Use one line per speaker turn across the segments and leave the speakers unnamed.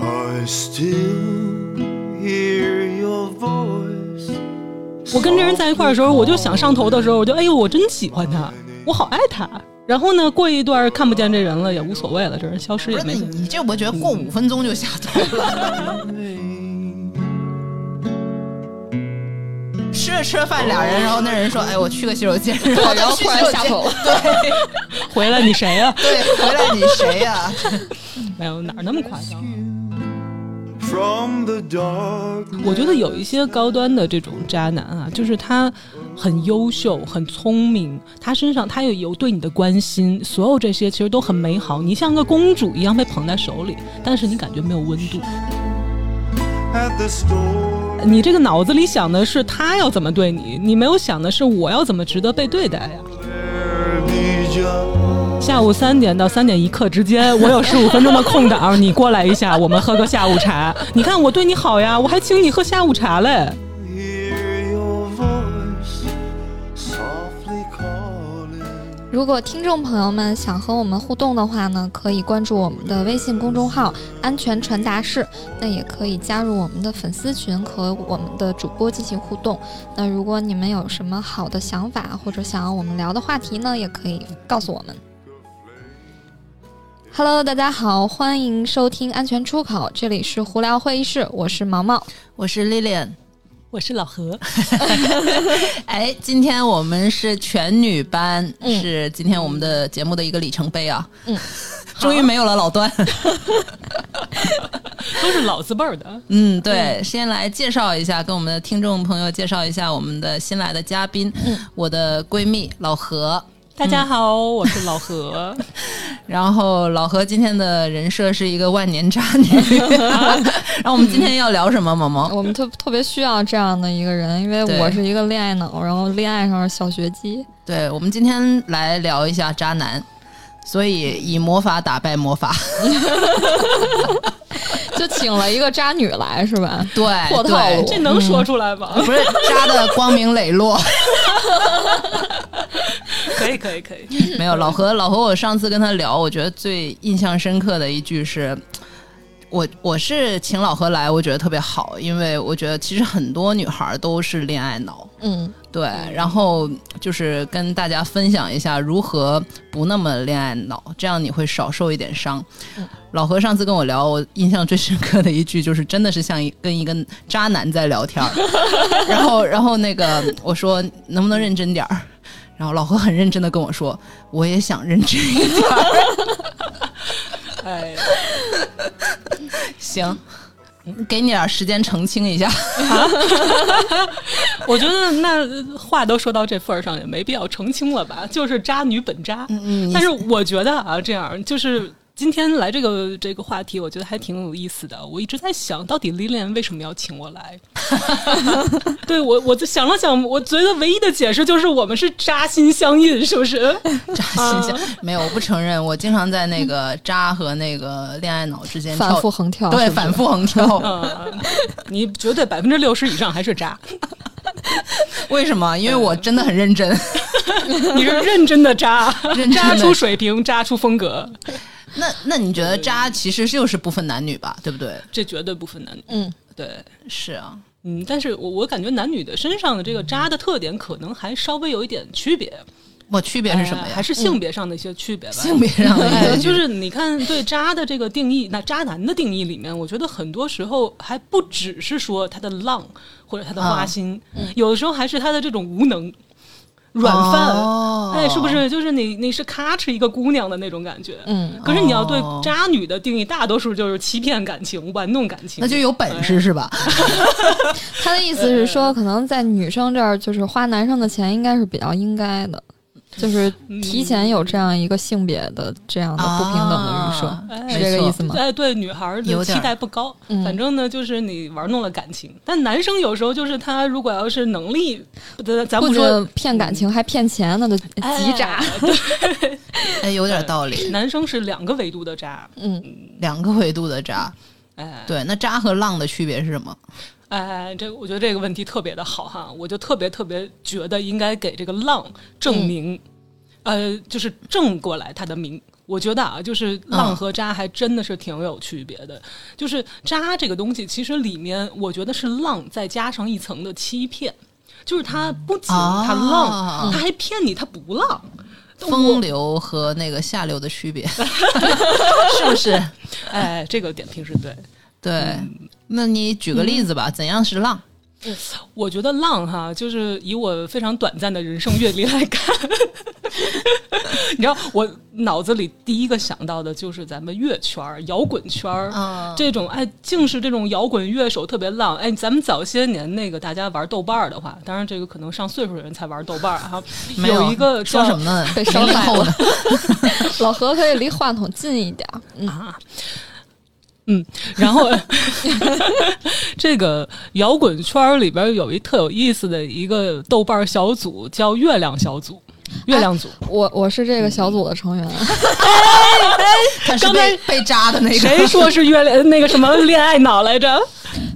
I still hear your voice.
我跟这人在一块儿的时候，我就想上头的时候，我就哎呦，我真喜欢他，我好爱他。然后呢，过一段看不见这人了，也无所谓了，这人消失
不
也
是
没
你，
什 么。
你这我觉得过五分钟就下头了。 吃着吃着饭，俩人，然后那人说：“哎，我去个洗手 间。”
然后
去
突然
洗手
下
间
头了
对
回来你谁呀、 啊
对，回来你谁呀？
没有，哪儿那么夸张？
From the dark,
我觉得有一些高端的这种渣男啊，就是他很优秀、很聪明，他身上他也有对你的关心，所有这些其实都很美好。你像个公主一样被捧在手里，但是你感觉没有温度。
at the store,
你这个脑子里想的是他要怎么对你，你没有想的是我要怎么值得被对待啊呀、
where did you
下午三点到三点一刻之间，我有十五分钟的空 档，你过来一下，我们喝个下午茶。你看我对你好呀，我还请你喝下午茶嘞。
hear your voice softly calling?
如果听众朋友们想和我们互动的话呢，可以关注我们的微信公众号“安全传达室”，那也可以加入我们的粉丝群和我们的主播进行互动。那如果你们有什么好的想法或者想要我们聊的话题呢，也可以告诉我们。Hello，大家好，欢迎收听《安全出口》，这里是胡聊会议室，我是毛毛。
我是 Lilian。
我是老何，
哎，今天我们是全女班，
嗯
是今天我们的节目的一个里程碑啊！
嗯，
终于没有了老段。
都是老字辈儿的。
嗯，对，先来介绍一下，跟我们的听众朋友介绍一下我们的新来的嘉宾，我的闺蜜老何。
大家好，我是老 何。
然后老何今天的人设是一个万年渣女。然后我们今天要聊什么，毛毛？
我们特特别需要这样的一个人，因为
对
我是一个恋爱脑，然后恋爱上是小学鸡。
对，我们今天来聊一下渣男。所以以魔法打败魔法，
就请了一个渣女来是吧？
对，
破套
对
路
这能说出来吗？
不是渣的光明磊落。
可以，可以，可以。
没有老何，老何，我上次跟他聊，我觉得最印象深刻的一句是，我我是请老何来，我觉得特别好，因为我觉得其实很多女孩都是恋爱脑，
嗯，
对，然后就是跟大家分享一下如何不那么恋爱脑，这样你会少受一点伤。老何上次跟我聊，我印象最深刻的一句就是，真的是像一跟一个渣男在聊天儿。然后，然后那个我说能不能认真点儿？然后老何很认真的跟我说，我也想认真一点 儿。
哎，
行，给你点儿时间澄清一下。
我觉得那话都说到这份儿上，也没必要澄清了吧？就是渣女本渣。 但是我觉得啊，这样就是。今天来这个这个话题，我觉得还挺有意思的。我一直在想，到底 Lilian 为什么要请我来？ 对我，我就想了想，我觉得唯一的解释就是我们是渣心相印，是不是？
渣心相没有，我不承认，我经常在那个渣和那个恋爱脑之间
反
跳
复横嗯跳，
对，
是不是
反复横跳。
嗯，你绝对百分之六十以上还是渣，
为什么？因为我真的很认真，
你是认真的渣，
认真的
渣出水平，渣出风格，
那那你觉得渣其实就是不分男女吧，对不对？
这绝对不分男女。
嗯，
对，
是啊，
嗯，但是我我感觉男女的身上的这个渣的特点，可能还稍微有一点区别，
我区别嗯是什么
哎
呀？
还是性别上的一些区别吧。
性别上的
哎
一个
就
区别
是你看对渣的这个定义，那渣男的定义里面，我觉得很多时候还不只是说他的浪或者他的花心，有的时候还是他的这种无能、软饭，
哦
哎，是不是？就是你你是咔哧一个姑娘的那种感觉，
嗯。
可是你要对
哦
渣女的定义，大多数就是欺骗感情、玩弄感情，
那就有本事是吧？
他的意思是说，可能在女生这儿，就是花男生的钱应该是比较应该的，就是提前有这样一个性别的这样的嗯不平等的预设，
啊
是这个
没
意
错
思吗？
哎，对女孩儿的
有
期
点儿
待不高，
嗯
反正呢就是你玩弄了感情。但男生有时候就是他如果要是能力，咱咱
不
不说
仅骗感情，还骗钱，那就极渣。
哎对
哎，有点道理，
男生是两个维度的渣，
嗯，
两个维度的渣。
哎，
对，那渣和浪的区别是什么？
哎，这个我觉得这个
嗯
问题特别的好哈，我就特别特别觉得应该给这个浪证明。呃，就是正过来它的名。我觉得啊，就是
嗯
浪和渣还真的是挺有区别的。就是渣这个东西，其实里面我觉得是浪再加上一层的欺骗，就是它不仅
啊
它浪，它还骗你它不浪。
风流和那个下流的区别，是不是？
哎，这个点评是对。
对，那你举个例子吧，怎样是浪？
我觉得浪哈，就是以我非常短暂的人生阅历来看， 你知道，我脑子里第一个想到的就是咱们乐圈儿、摇滚圈儿、
啊
这种，哎，竟是这种摇滚乐手特别浪。哎，咱们早些年那个大家玩豆瓣儿的话，当然这个可能上岁数的人才玩豆瓣儿啊，
没有
一个
说
叫
什么呢？
被
零
烧
零
坏
后
了
的，
老何可以离话筒近一点儿。
啊。嗯，然 后这个摇滚圈儿里边有一特有意思的一个豆瓣儿小组，叫月亮小组，月亮组。
我我是这个小组的成 员，啊
他是
刚才
被被扎的那个，
哎谁说是月亮那个什么恋爱脑来着？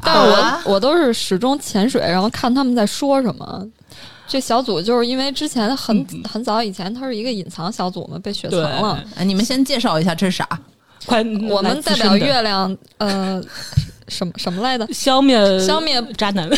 但我、
啊
我都是始终潜水，然后看他们在说什么。这小组就是因为之前很、很早以前，它是一个隐藏小组嘛，被雪藏
嗯对，
了。
哎你们先介绍一下这是啥？
快，
我
来
们代
自身
表
的
月亮，呃， 什么什么来的？
消灭
消灭
渣男，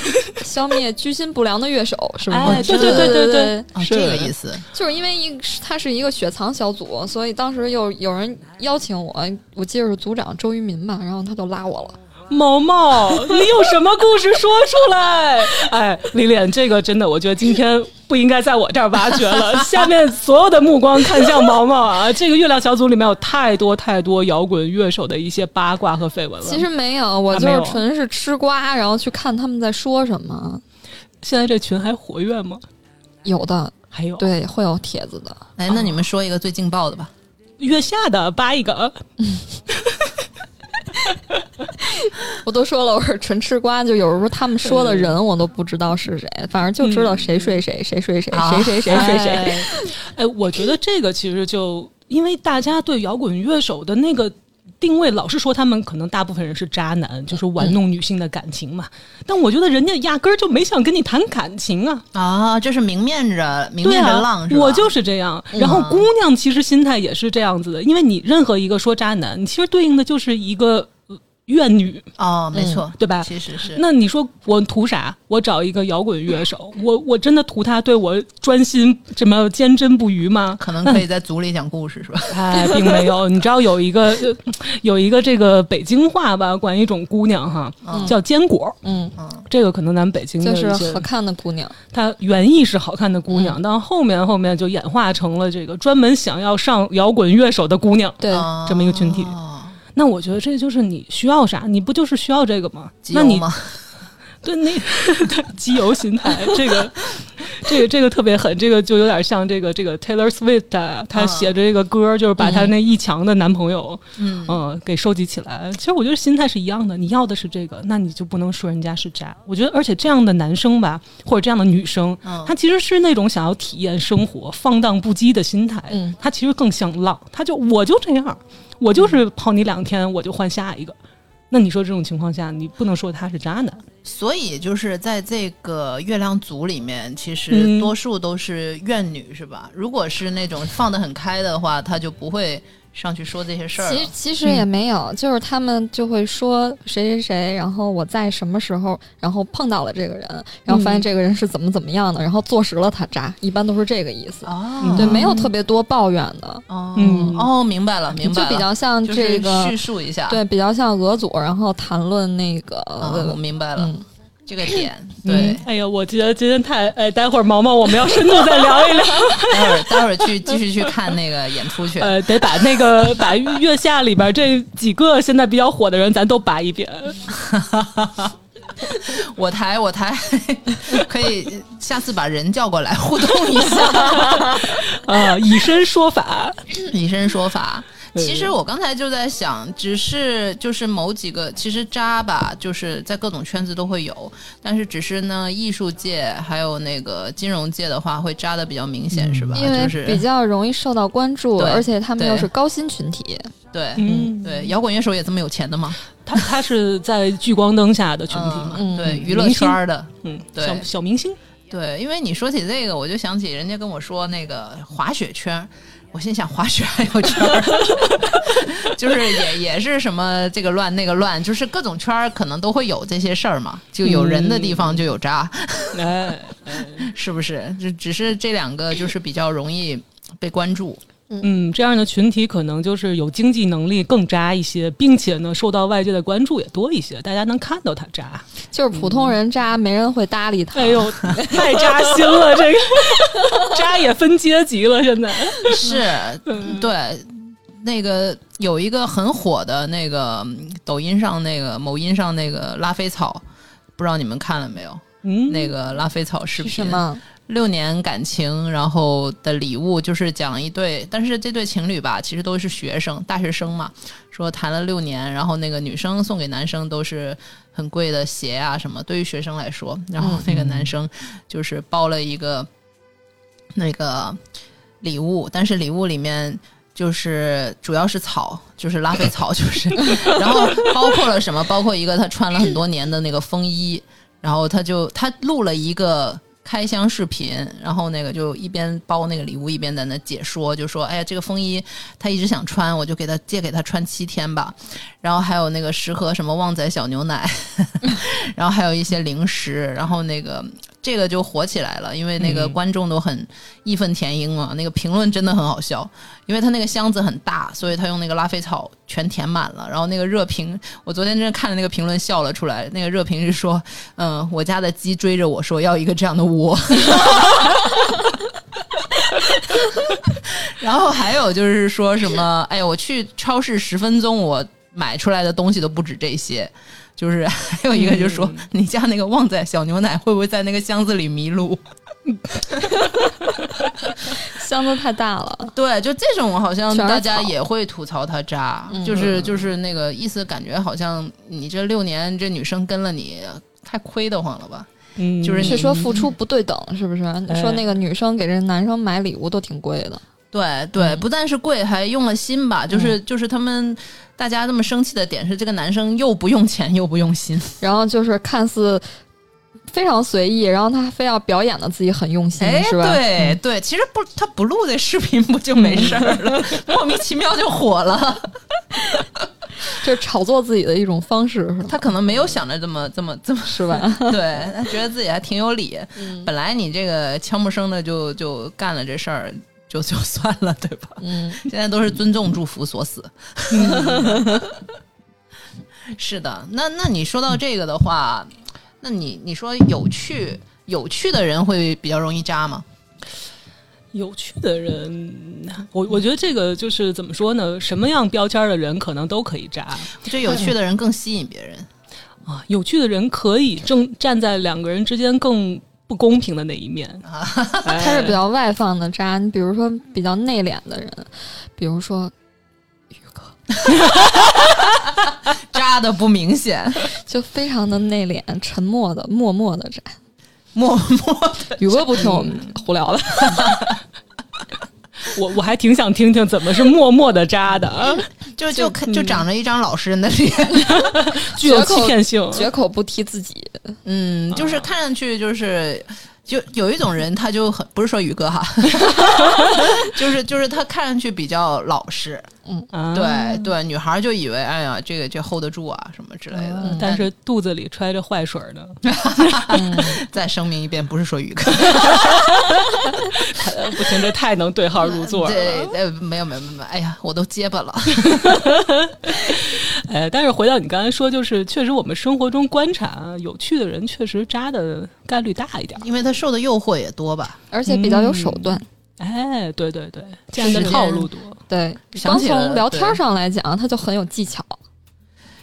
消灭居心不良的乐手，是吗？
哎，对对对
对
对啊
对
对，
哦，
是
这个意思。
就是因为一它是一个雪藏小组，所以当时有有人邀请我，我记得是组长周渝民吧，然后他就拉我了。
嗯毛毛，你有什么故事说出来？哎，李脸，这个真的，我觉得今天不应该在我这儿挖掘了。下面所有的目光看向毛毛啊，这个月亮小组里面有太多太多摇滚乐手的一些八卦和绯闻了。
其实没有，我
啊
就
没有
是
啊
纯是吃瓜，然后去看他们在说什么。
现在这群还活跃吗？
有的
还有
对会有帖子的，
哎，那你们说一个最劲爆的吧。
月下的扒一个，啊
我都说了，我是纯吃瓜，就有时候他们说的人我都不知道是谁，反正就知道谁睡谁，谁睡谁，
啊
谁谁嗯谁睡谁。
哎，我觉得这个其实就因为大家对摇滚乐手的那个。定位老是说他们可能大部分人是渣男，就是玩弄女性的感情嘛。但我觉得人家压根儿就没想跟你谈感情啊，
啊，就是明面着明
对
面着
啊
浪、，是吧？嗯
我就是这样。然后姑娘其实心态也是这样子的，因为你任何一个说渣男，你其实对应的就是一个呃怨女，
哦，没错，
对吧？
其实是
那你说我图啥？我找一个摇滚乐手，我我真的图他对我专心这么坚贞不渝吗？
可能可以在组里讲故事，是吧？
哎，并没有。你知道有一个 呃有一个这个北京话吧，管一种姑娘哈，叫坚果。
嗯，
这个可能咱们北京的
就嗯
一些
是好看嗯的姑娘，
她原意是好看的姑娘，但后面后面就演化成了这个专门想要上摇滚乐手的姑娘
对，
啊
这么一个群体。那我觉得这就是你需要啥，你不就是需要这个吗？
基
那
友
你
吗？
对那对集邮心态， 这个这个这个特别狠，这个就有点像这个这个 Taylor Swift，啊她写这个歌就是把
嗯
她那一墙的男朋友，嗯给收集起来。其实我觉得心态是一样的，你要的是这个，那你就不能说人家是渣。我觉得，而且这样的男生吧，或者这样的女生，
嗯
他其实是那种想要体验生活、放荡不羁的心态，
嗯
他其实更像浪，他就我就这样，我就是泡你两天，我就换下一个。那你说这种情况下，你不能说他是渣男。
所以就是在这个月亮组里面，其实
嗯
多数都是怨女，是吧？如果是那种放得很开的话，她就不会上去说这些事儿
其
了
实。其实也没有，就是他们就会说谁谁谁，然后我在什么时候，然后碰到了这个人，然后发现这个人是怎么怎么样的，然后坐实了他渣，一般都是这个意思。
哦
对，没有特别多抱怨的，
哦、
嗯
哦，明白了，明白
就
了，
比较像
就
这
是
个，
叙啊述一下。
对，比较像俄组，然后谈论那个，
啊，我明白了、
嗯，
这个点。对，
哎呀，我觉得今天太哎，待会儿毛毛我们要深度再聊一聊，
待会儿待会儿去继续去看那个演出
嗯
去。
呃，得把那个把月下里边这几个现在比较火的人，咱都扒一遍。
我台我台 可以呃下次把人叫过来互动一下，
呃，以身说法，
以身说法。
对
其实我刚才就在想，只是就是某几个，其实渣吧，就是在各种圈子都会有，但是只是呢，艺术界还有那个金融界的话，会渣的比较明显，是吧？
因为
啊就是
比较容易受到关注，
对
而且他们又
对
是高薪群体，
对、
嗯，
对，摇滚乐手也这么有钱的吗？
他他是在聚光灯下的群体嘛，
嗯，对，
嗯
娱乐圈的，
嗯，
对
小小明星，
对，因为你说起这个，我就想起人家跟我说那个滑雪圈儿，我心想滑雪还有圈儿， 就是也也是什么这个乱那个乱，就是各种圈儿可能都会有这些事儿嘛，就有人的地
嗯
方就有渣，
哎，哎
是不是？就只是这两个就是比较容易被关注，
嗯，这样的群体可能就是有经济能力更渣一些，并且呢，受到外界的关注也多一些，大家能看到他渣。
就是普通人渣，没人会搭理他。
哎呦，太扎心了，这个 渣也分阶级了，现在。
是嗯
嗯
对。那个有一个很火的那个嗯抖音上那个某音上那个拉菲草，不知道你们看了没有？
嗯，
那个拉菲草视
是
频
什么？
六年感情，然后的礼物就是讲一对，但是这对情侣吧，其实都是学生，大学生嘛，说谈了六年，然后那个女生送给男生都是很贵的鞋啊什么，对于学生来说，然后那个男生就是包了一个 那个礼物，但是礼物里面。就是主要是草，就是拉菲草，就是，然后包括了什么？包括一个他穿了很多年的那个风衣，然后他就他录了一个开箱视频，然后那个就一边包那个礼物，一边在那解说，就说：“哎呀，这个风衣他一直想穿，我就给他借给他穿七天吧。” 然后还有那个食盒什么旺仔小牛奶， 然后还有一些零食，然后那个这个就火起来了，因为那个观众都很义愤填膺嘛，那个评论真的很好笑，因为他那个箱子很大，所以他用那个拉菲草全填满了，然后那个热评，我昨天真的看了那个评论笑了出来，那个热评是说，嗯，我家的鸡追着我说要一个这样的窝。 然后还有就是说什么，哎呀，我去超市十分钟，我买出来的东西都不止这些。就是还有一个就说，你家那个旺仔小牛奶会不会在那个箱子里迷路？
箱子太大了，
对，就这种好像
全是
大家
草
也会吐槽他渣，
嗯
就是就是那个意思，感觉好像你这六年这女生跟了你，太亏得慌了吧？
嗯，
就是你
是说付出不对等，是不是？说那个女生给这男生买礼物都挺贵的，
对对，
嗯
不但是贵，还用了心吧。就是、就是他们大家这么生气的点是，这个男生又不用钱又不用心。
然后就是看似非常随意，然后他非要表演的自己很用心，
哎，
是吧？嗯
对对，其实不他不录这视频不就没事儿 了，莫名其妙就火了。
就是炒作自己的一种方式，是吧
他可能没有想着这么这么这么
是吧？
对，他觉得自己还挺有理。本来你这个悄不声的就就干了这事儿，就就算了，对吧？
嗯，
现在都是尊重、祝福、锁死。是的，那那你说到这个的话，那你你说有趣有趣的人会比较容易渣吗？
有趣的人，我我觉得这个就是怎么说呢？什么样标签儿的人可能都可以渣
我觉得有趣的人更吸引别人。
啊。有趣的人可以正站在两个人之间更不公平的那一面，哎
他是比较外放的渣，你比如说比较内敛的人，比如说
渣的不明显，
就非常的内敛、沉默的、默默的渣。
默默的。
宇哥不听我们胡聊的，
我我还挺想听听怎么是默默的啊渣的，
就就看就长着一张老实人的脸，
具有欺骗性。
绝口不提自己。
啊
嗯，就是看上去就是，就有一种人他就很不是说宇哥 哈， 就是就是他看上去比较老实，
啊
对对，女孩就以为哎呀这个这 hold 得住啊什么之类的，
嗯
嗯但是肚子里揣着坏水儿呢，
再声明一遍，不是说宇哥，
不行，这太能对号入座了。
对，呃没有没有没有，哎呀我都结巴了，
哎，但是回到你刚才说，就是确实我们生活中观察啊有趣的人，确实渣的概率大一点儿。
因为他受的诱惑也多吧。
而且比较有手段。
哎，对对对，见的
时间
套路多。
对，
想
光
起了
从聊天
对
上来讲，他就很有技巧。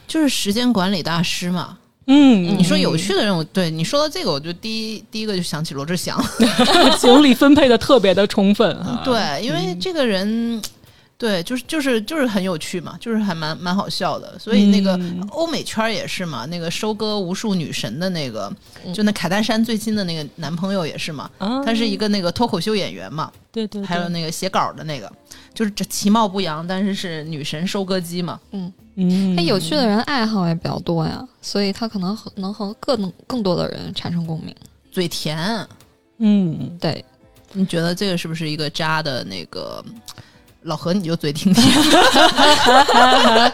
就是时间管理大师嘛，
嗯，
你说有趣的人，我对你说到这个，我就第一第一个就想起罗志祥，
精力分配的特别的充分啊。
嗯对，因为这个人，对，就是就是就是很有趣嘛，就是还蛮蛮好笑的。所以那个
嗯
欧美圈儿也是嘛，那个收割无数女神的那个，
嗯
就那凯戴珊最新的那个男朋友也是嘛，
啊，
他是一个那个脱口秀演员嘛，
对嗯对，对
还有那个写稿的那个，就是这其貌不扬，但是是女神收割机嘛。
嗯
那，有趣的人爱好也比较多呀，所以他可能和能和更更多的人产生共鸣。
嘴甜，
嗯，
对，
你觉得这个是不是一个渣的那个？老何，你就嘴 挺甜，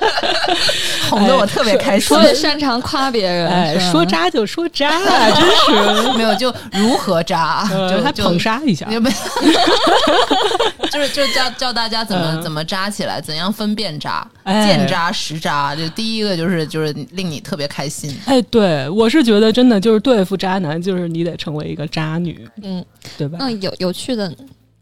哄得我特别开心
特。别擅长夸别人，
哎，
是吧
说渣就说 渣，真是，
没有，就如何渣，啊
呃，
就
还
就
捧杀一下
也，没， 就是就是教教大家怎么、
嗯
怎么扎起来，怎样分辨扎，
哎
见扎实扎。就第一个就是就是令你特别开心，
哎，对，我是觉得真的就是对付渣男，就是你得成为一个渣女，
嗯，
对吧？
那有有趣的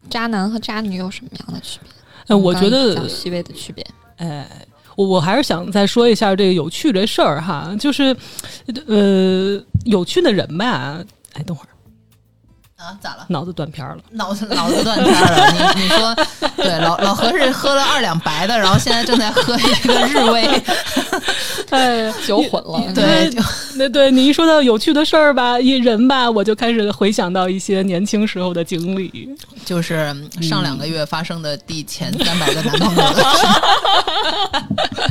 渣男和渣女有什么样的区别？
哎，我觉
刚刚
得
讲，细微的区别，
哎，我我还是想再说一下这个有趣这事儿哈，就是，呃，有趣的人吧，哎，等会儿
啊，咋了？
脑子断片儿了，
脑子脑子断片了，你你说对老老何是喝了二两白的，然后现在正在喝一个日威，
哎，
酒混了。
对
对，就
那对你一说到有趣的事儿吧，一人吧，我就开始回想到一些年轻时候的经历。
就是上两个月发生的第前三百个男朋友的事，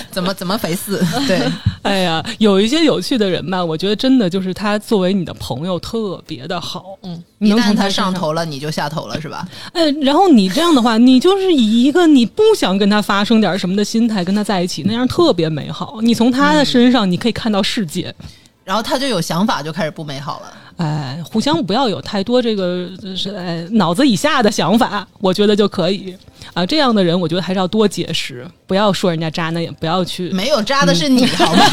怎么怎么肥四？对，
哎呀，有一些有趣的人吧，我觉得真的就是他作为你的朋友特别的好，
嗯，
你
一
能从
旦他
身
上。头了，你就下头了，是吧？
哎，然后你这样的话，你就是以一个你不想跟他发生点什么的心态跟他在一起，那样特别美好。你从他
嗯
的身上你可以看到世界。
然后他就有想法，就开始不美好了。
哎，互相不要有太多这个是哎脑子以下的想法，我觉得就可以啊。这样的人，我觉得还是要多解释，不要说人家渣男，也不要去。
没有渣的是
嗯
你，好吗？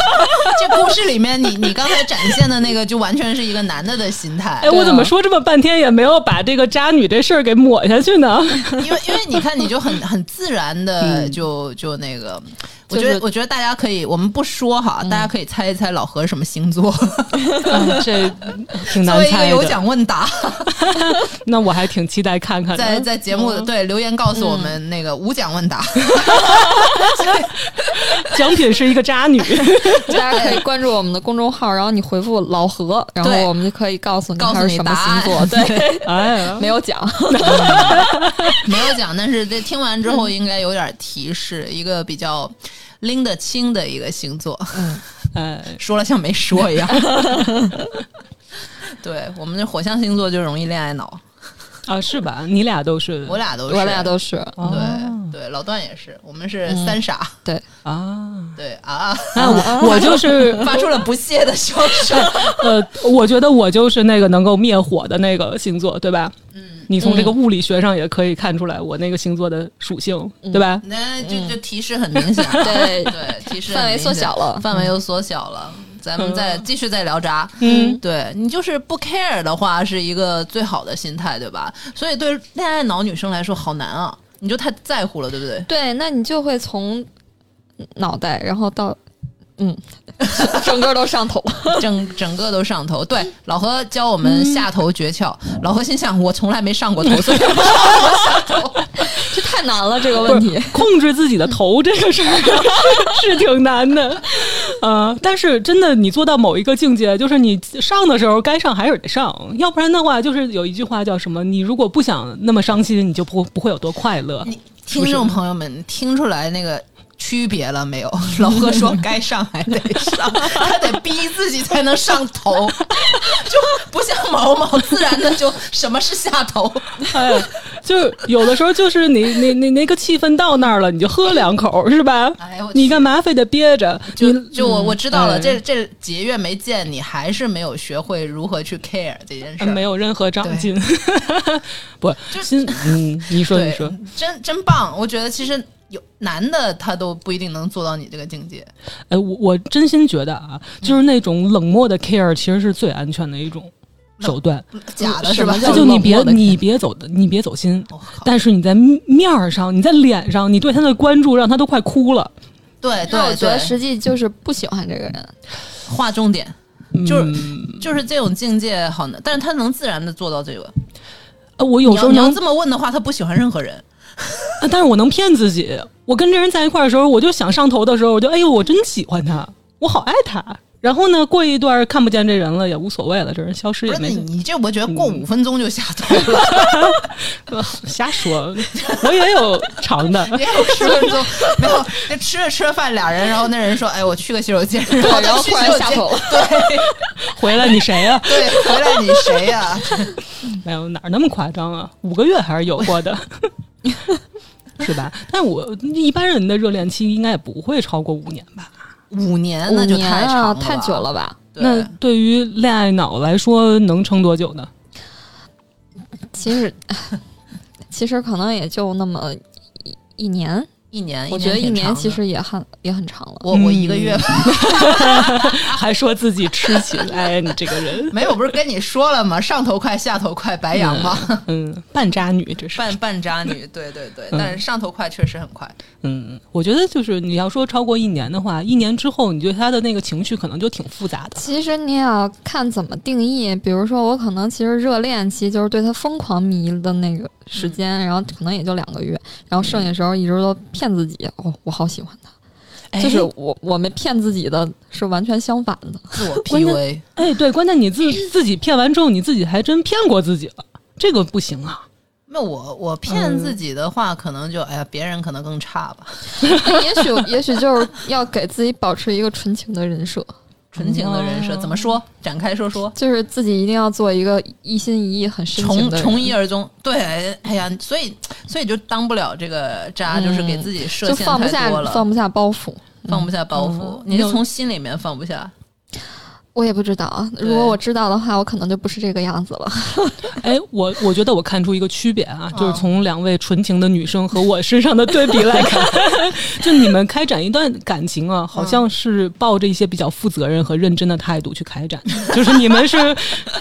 这故事里面你，你刚才展现的那个，就完全是一个男的的心态
哎，。我
啊
怎么说这么半天也没有把这个渣女这事儿给抹下去 呢？
因为因为你看，你 就很很自然
嗯
的就就那个，我觉
就
得
是
我觉得大家可以，我们不说哈，
嗯
大家可以猜一猜老何什么 星座，
这挺
作
难
为一个
猜
有
的。
奖问 答，
那我还挺期待看看
在
的。
在节目对留言告诉我们那个无奖问答，
嗯奖品是一个渣 女，
大家可以关注我们的公众号，然后你回复老何，然后
对
我们就可以告诉你
告诉
他是
你
什
答
么
案
星 座。对，
哎呀，
没有讲，
没有奖，但是这听完之
嗯
后应该有点提示，一个比较拎得清的一个星座。
哎，
说了像没说一样。 对我们这火象星座就容易恋爱脑，
啊，是吧？你俩嗯都是
我俩都是，
我俩都是。
哦
对对，老段也是，我们是三傻，
对，
啊，
对啊，
那我我就是
发出了不屑的笑声。
呃，我觉得我就是那个能够灭火的那个星座，对吧？嗯，你从这个物理学上也可以看出来我那个星座的属性，对吧？
那就就提示很明显，
对
对，提示很
范围
明
缩
显
小了
范围又缩小了。咱们再继续再聊渣，
嗯，
对你就是不 care 的话，是一个最好的心态，对吧？所以对恋爱脑女生来说好难啊，你就太在乎了，对不对？
对，那你就会从脑袋，然后到嗯，整 整个都上头了。
整整个都上头。
嗯
对，老何教我们下头诀窍。老何心想，我从来没上过头，所以我不知
嗯
道怎么下头。
这太难了，这个
不
问题
是。控制自己的头这个事儿 是是挺难的，呃，但是真的你做到某一个境界，就是你上的时候该上还是得上，要不然的话，就是有一句话叫什么？你如果不想那么伤心，你就不不会有多快乐。
你听众朋友们，听出来那个区别了没有？老何说该上还得上，他得逼自己才能上头，就不像毛毛自然的就什么是下头。
哎，就是有的时候就是你你你那个气氛到那儿了，你就喝两口是吧？
哎我去
你干嘛非得憋着？
就
你
就我我知道了，
嗯哎
这这几个月没见，你还是没有学会如何去 care 这件事儿。
嗯没有任何长进， 不，心嗯，你说
对，
你说，
真真棒！我觉得其实有男的他都不一定能做到你这个境界。
哎，我我真心觉得啊，就是那种冷漠的 care 其实是最安全的一种手段，
假的
什
是吧？
么叫
他就你别
冷漠的
你别走你别走心，
我靠
但是你在面儿上，你在脸上，你对他的关注让他都快哭了，
对
那我
对
觉得
对，
实际就是不喜欢这个人。
划重点，
嗯
就是就是这种境界好难，但是他能自然的做到这个。
呃我有
你
时
要
候
你要
能
这么问的话，他不喜欢任何人。
啊，但是我能骗自己，我跟这人在一块儿的时候，我就想上头的时候，我就哎呦，我真喜欢他，我好爱他。然后呢，过一段儿看不见这人了也无所谓了，这人消失
不
也
是
没
你
事。
你这，我觉得
嗯
过五分钟就下头 了，
瞎说， 我也有长的。
也有十分钟，没有。那吃着吃着饭，俩人，然后那人说：“哎，我去个洗手间。”
然后
去
忽然
洗手
下
间
头了
对
回来你谁呀、
对，回来你谁呀？
没有哪儿那么夸张啊，五个月还是有过的， 是吧？但我一般人的热恋期应该也不会超过五年吧。
五年
五
那就
年
太长
啊
了吧
太久。了吧？
对
那对于恋爱脑来说，能撑多久呢？
其实， 其实可能也就那么一一年，
一年，
我觉得一
挺
年
长
其
的
实嗯也很也很长了。
我我一个月吧
还说自己吃起来，你这个人，
没有，不是跟你说了吗？上头快，下头快，白羊嘛，
嗯，半渣女这是。
半半渣 女，对对对，
嗯
但是上头快确实很快。
嗯，我觉得就是你要说超过一年的话，一年之后，你对他的那个情绪可能就挺复杂的。
其实你也要看怎么定义，比如说我可能其实热恋期就是对他疯狂迷的那个时间，然后可能也就两个月，然后剩下时候一直都骗自己，哦，我好喜欢他，
哎
就是我我们骗自己的是完全相反 的。
自 我
关键
PUA，
哎，对，关键你自自己骗完之后，你自己还真骗过自己了，这个不行啊。
那我我骗自己的话，可能就哎呀，别人可能更差吧，
那哎也 许也许就是要给自己保持一个纯情的人设，
纯情的人设怎么说？展开说说，
就是自己一定要做一个一心一意很深情
从
的人。
从一而终。对，哎呀，所以所以就当不了这个渣，嗯就是给自己设
就
限
放不
太
下
多了，
放不下包袱，
放不下包袱
嗯，
你就从心里面放不下。
我也不知道啊。
对
如果我知道的话，我可能就不是这个样子了。
哎，我我觉得我看出一个区别啊，就是从两位纯情的女生和我身上的对比来看， 就你们开展一段感情啊，好像是抱着一些比较负责任和认真的态度去开展，就是你们是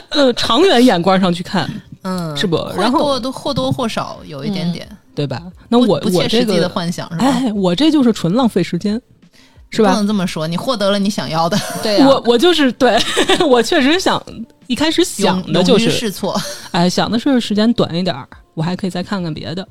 呃长远眼光上去看，
嗯，
是不
会
然后
多多或多或少有一点点
对吧？那我
不不
我
切
这
实际
个，
的幻想是吧？
哎，我这就是纯浪费时间，是吧
嗯不？能这么说，你获得了你想要的，
对
我我就是对 我确实想一开始想
勇
的就
勇于
是
试错，
哎，想的是时间短一点儿，我还可以再看看别的。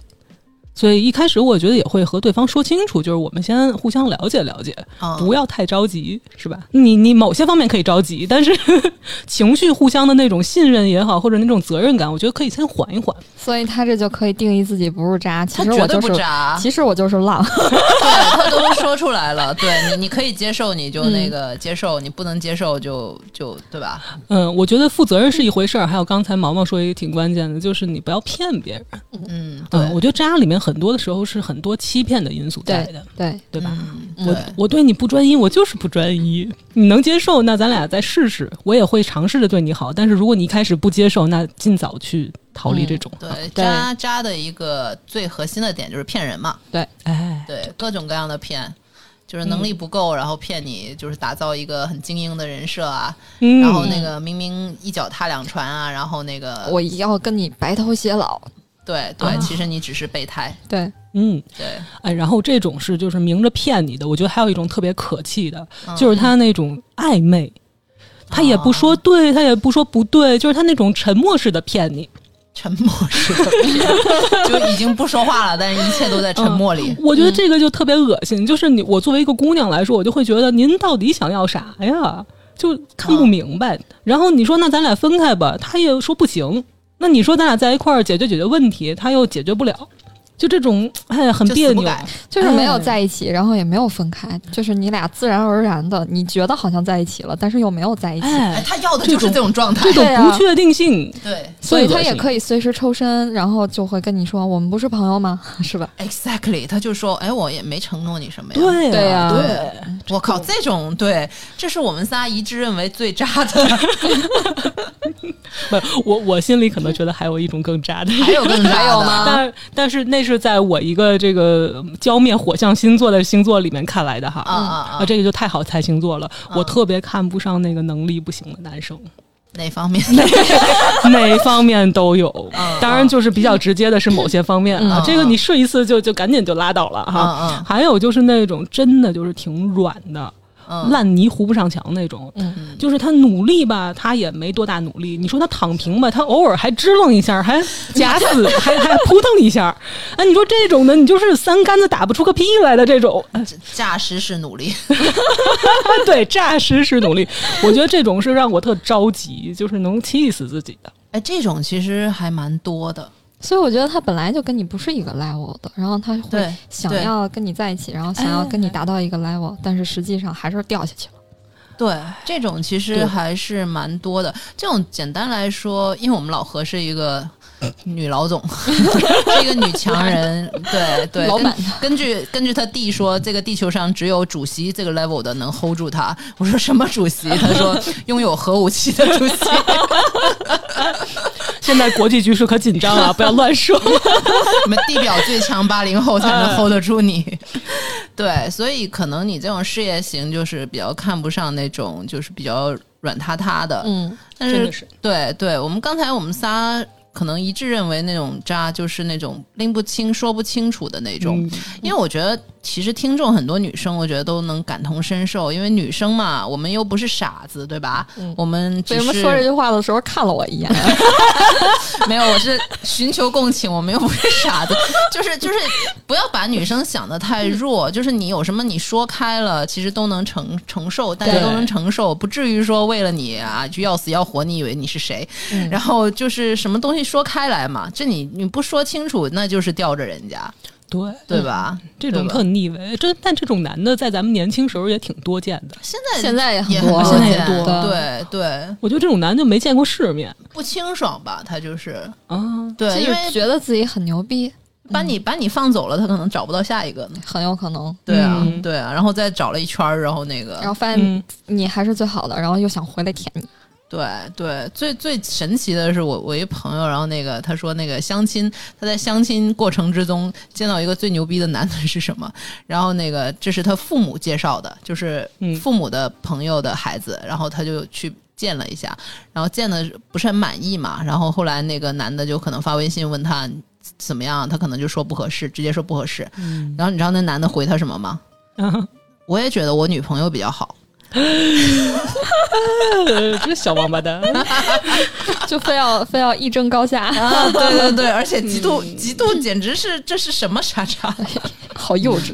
所以一开始我觉得也会和对方说清楚，就是我们先互相了解了解，
啊
不要太着急，是吧？你你某些方面可以着急，但是 情绪互相的那种信任也好，或者那种责任感，我觉得可以先缓一缓。
所以他这就可以定义自己不是渣，其
他
实
绝
我
对
就
不
是，
渣，
其实我就是 浪。
对他都说出来了，对你，你可以接受，你就那个接受，你不能接受就就对吧？
嗯，我觉得负责任是一回事儿，还有刚才毛毛说一个挺关键的，就是你不要骗别人。
嗯，对，
嗯，我觉得渣里面很多的时候是很多欺骗的因素 在
对
的，
对，
对吧？
嗯，
我
对，
我对你不专一，我就是不专一。你能接受，那咱俩再试试。我也会尝试着对你好，但是如果你一开始不接受，那尽早去逃离这种。
嗯
啊
对渣渣的一个最核心的点就是骗人嘛，
哎，
对，各种各样的骗。就是能力不够，然后骗你，就是打造一个很精英的人设啊，
嗯，
然后那个明明一脚踏两船啊，然后那个
我要跟你白头偕老。
对对，其实你只是备胎，
对，
嗯，
对，
哎，然后这种是就是明着骗你的。我觉得还有一种特别可气的，
嗯
就是他那种暧昧，
哦
他也不说对，他也不说不对，就是他那种沉默式的骗你。
沉默是个 骗，就已经不说话了，但是一切都在沉默里。
我
嗯
觉得这个就特别恶心，就是你我作为一个姑娘来说，我就会觉得您到底想要啥呀？就看
嗯
不明白。然后你说那咱俩分开吧，他也说不行。那你说咱俩在一块儿解决解决问题，他又解决不了，就这种哎很
就
别
死不
扭。
改，
就是没有在一起，然后也没有分开，就是你俩自然而然的，你觉得好像在一起了，但是又没有在一起，
哎，
哎，
他要的就是
这种
这种状态
这。种
对啊
不确定性，
对
所以他也
以。
可以随时抽身，然后就会跟你说我们不是朋友吗？ 是吧？
，exactly，他就说，哎，我也没承诺你什么呀。
对
对
呀、
啊
对，我靠，这种对，这是我们仨一致认为最渣 的，
不，我我心里可能觉得还有一种更渣的，
还有更渣
还有
的
吗
但但是那是在我一个这个浇灭火象星座的星座里面看来的哈
啊啊啊
啊，！这个就太好猜星座了。我
啊
特别看不上那个能力不行的男生，
哪方面？
哪方面都有。当然，就是比较直接的是某些方面啊
嗯，
这个你试一次就就赶紧就拉倒了哈。
嗯嗯
还有就是那种真的就是挺软的。
嗯
烂泥糊不上墙那种。
嗯，
就是他努力吧，他也没多大努力。你说他躺平吧，他偶尔还支棱一下， 还假死，还还扑腾一下。哎，你说这种的，你就是三竿子打不出个屁来的这种。
诈尸式努力，
对，诈尸式努力，我觉得这种是让我特着急，就是能气死自己的。
哎，这种其实还蛮多的。
所以我觉得他本来就跟你不是一个 level 的，然后他会
对，
想
对
要跟你在一起，然后想要跟你达到一个 level，但是实际上还是掉下去了。
对，这种其实
对
还是蛮多的。这种简单来说，因为我们老何是一个女老总， 是一个女强人，对对，
老板
根。根据根据他弟说，这个地球上只有主席这个 level 的能 hold 住他。我说什么主席？他 说拥有核武器的主席。
现在国际局势可紧张了，不要乱说。
我们地表最强八零后才
嗯
能 hold 得住你。对，所以可能你这种事业型就是比较看不上那种就是比较软塌塌的，
嗯，
但
真
是
的是
对对，我们刚才我们仨可能一致认为那种渣就是那种拎不清、说不清楚的那种。因为我觉得其实听众很多女生，我觉得都能感同身受，因为女生嘛，我们又不是傻子，对吧？
嗯
我们只
为什么
是
说这句话的时候看了我一眼？
没有，我是寻求共情，我们又不是傻子， 就是就是不要把女生想的太弱，
嗯
就是你有什么你说开了，其实都能承承受，大家
对
都能承受，不至于说为了你啊就要死要活，你以为你是谁？
嗯
然后就是什么东西说开来嘛，这你你不说清楚，那就是吊着人家，
对
对吧？
嗯
嗯
这种
对吧
特逆位，这但这种男的在咱们年轻时候也挺多见的。
现在
现在也很
也
多
多
了
见，
现在很多
对对，
我觉得这种男的没见过世面
不清爽吧？他就是
啊。
就
对，因
是
为
觉得嗯自己很牛逼，
把你把你放走了，他可能找不到下一个呢。
很有可能。
对啊，
嗯
对啊，然后再找了一圈儿，然后那个，
然后发现
嗯，
你还是最好的，然后又想回来舔你。
对对，最最神奇的是我我一朋友，然后那个他说那个相亲，他在相亲过程之中见到一个最牛逼的男的是什么？然后那个这是他父母介绍的，就是
嗯
父母的朋友的孩子，然后他就去。见了一下，然后见的不是很满意嘛，然后后来那个男的就可能发微信问他怎么样，他可能就说不合适，直接说不合适。然后你知道那男的回他什么吗？
啊
我也觉得我女朋友比较好。
呃这小王八蛋，
就非要非要一争高下，
啊， 对对对，而且极度、极度，简直是这是什么傻叉？
好幼稚，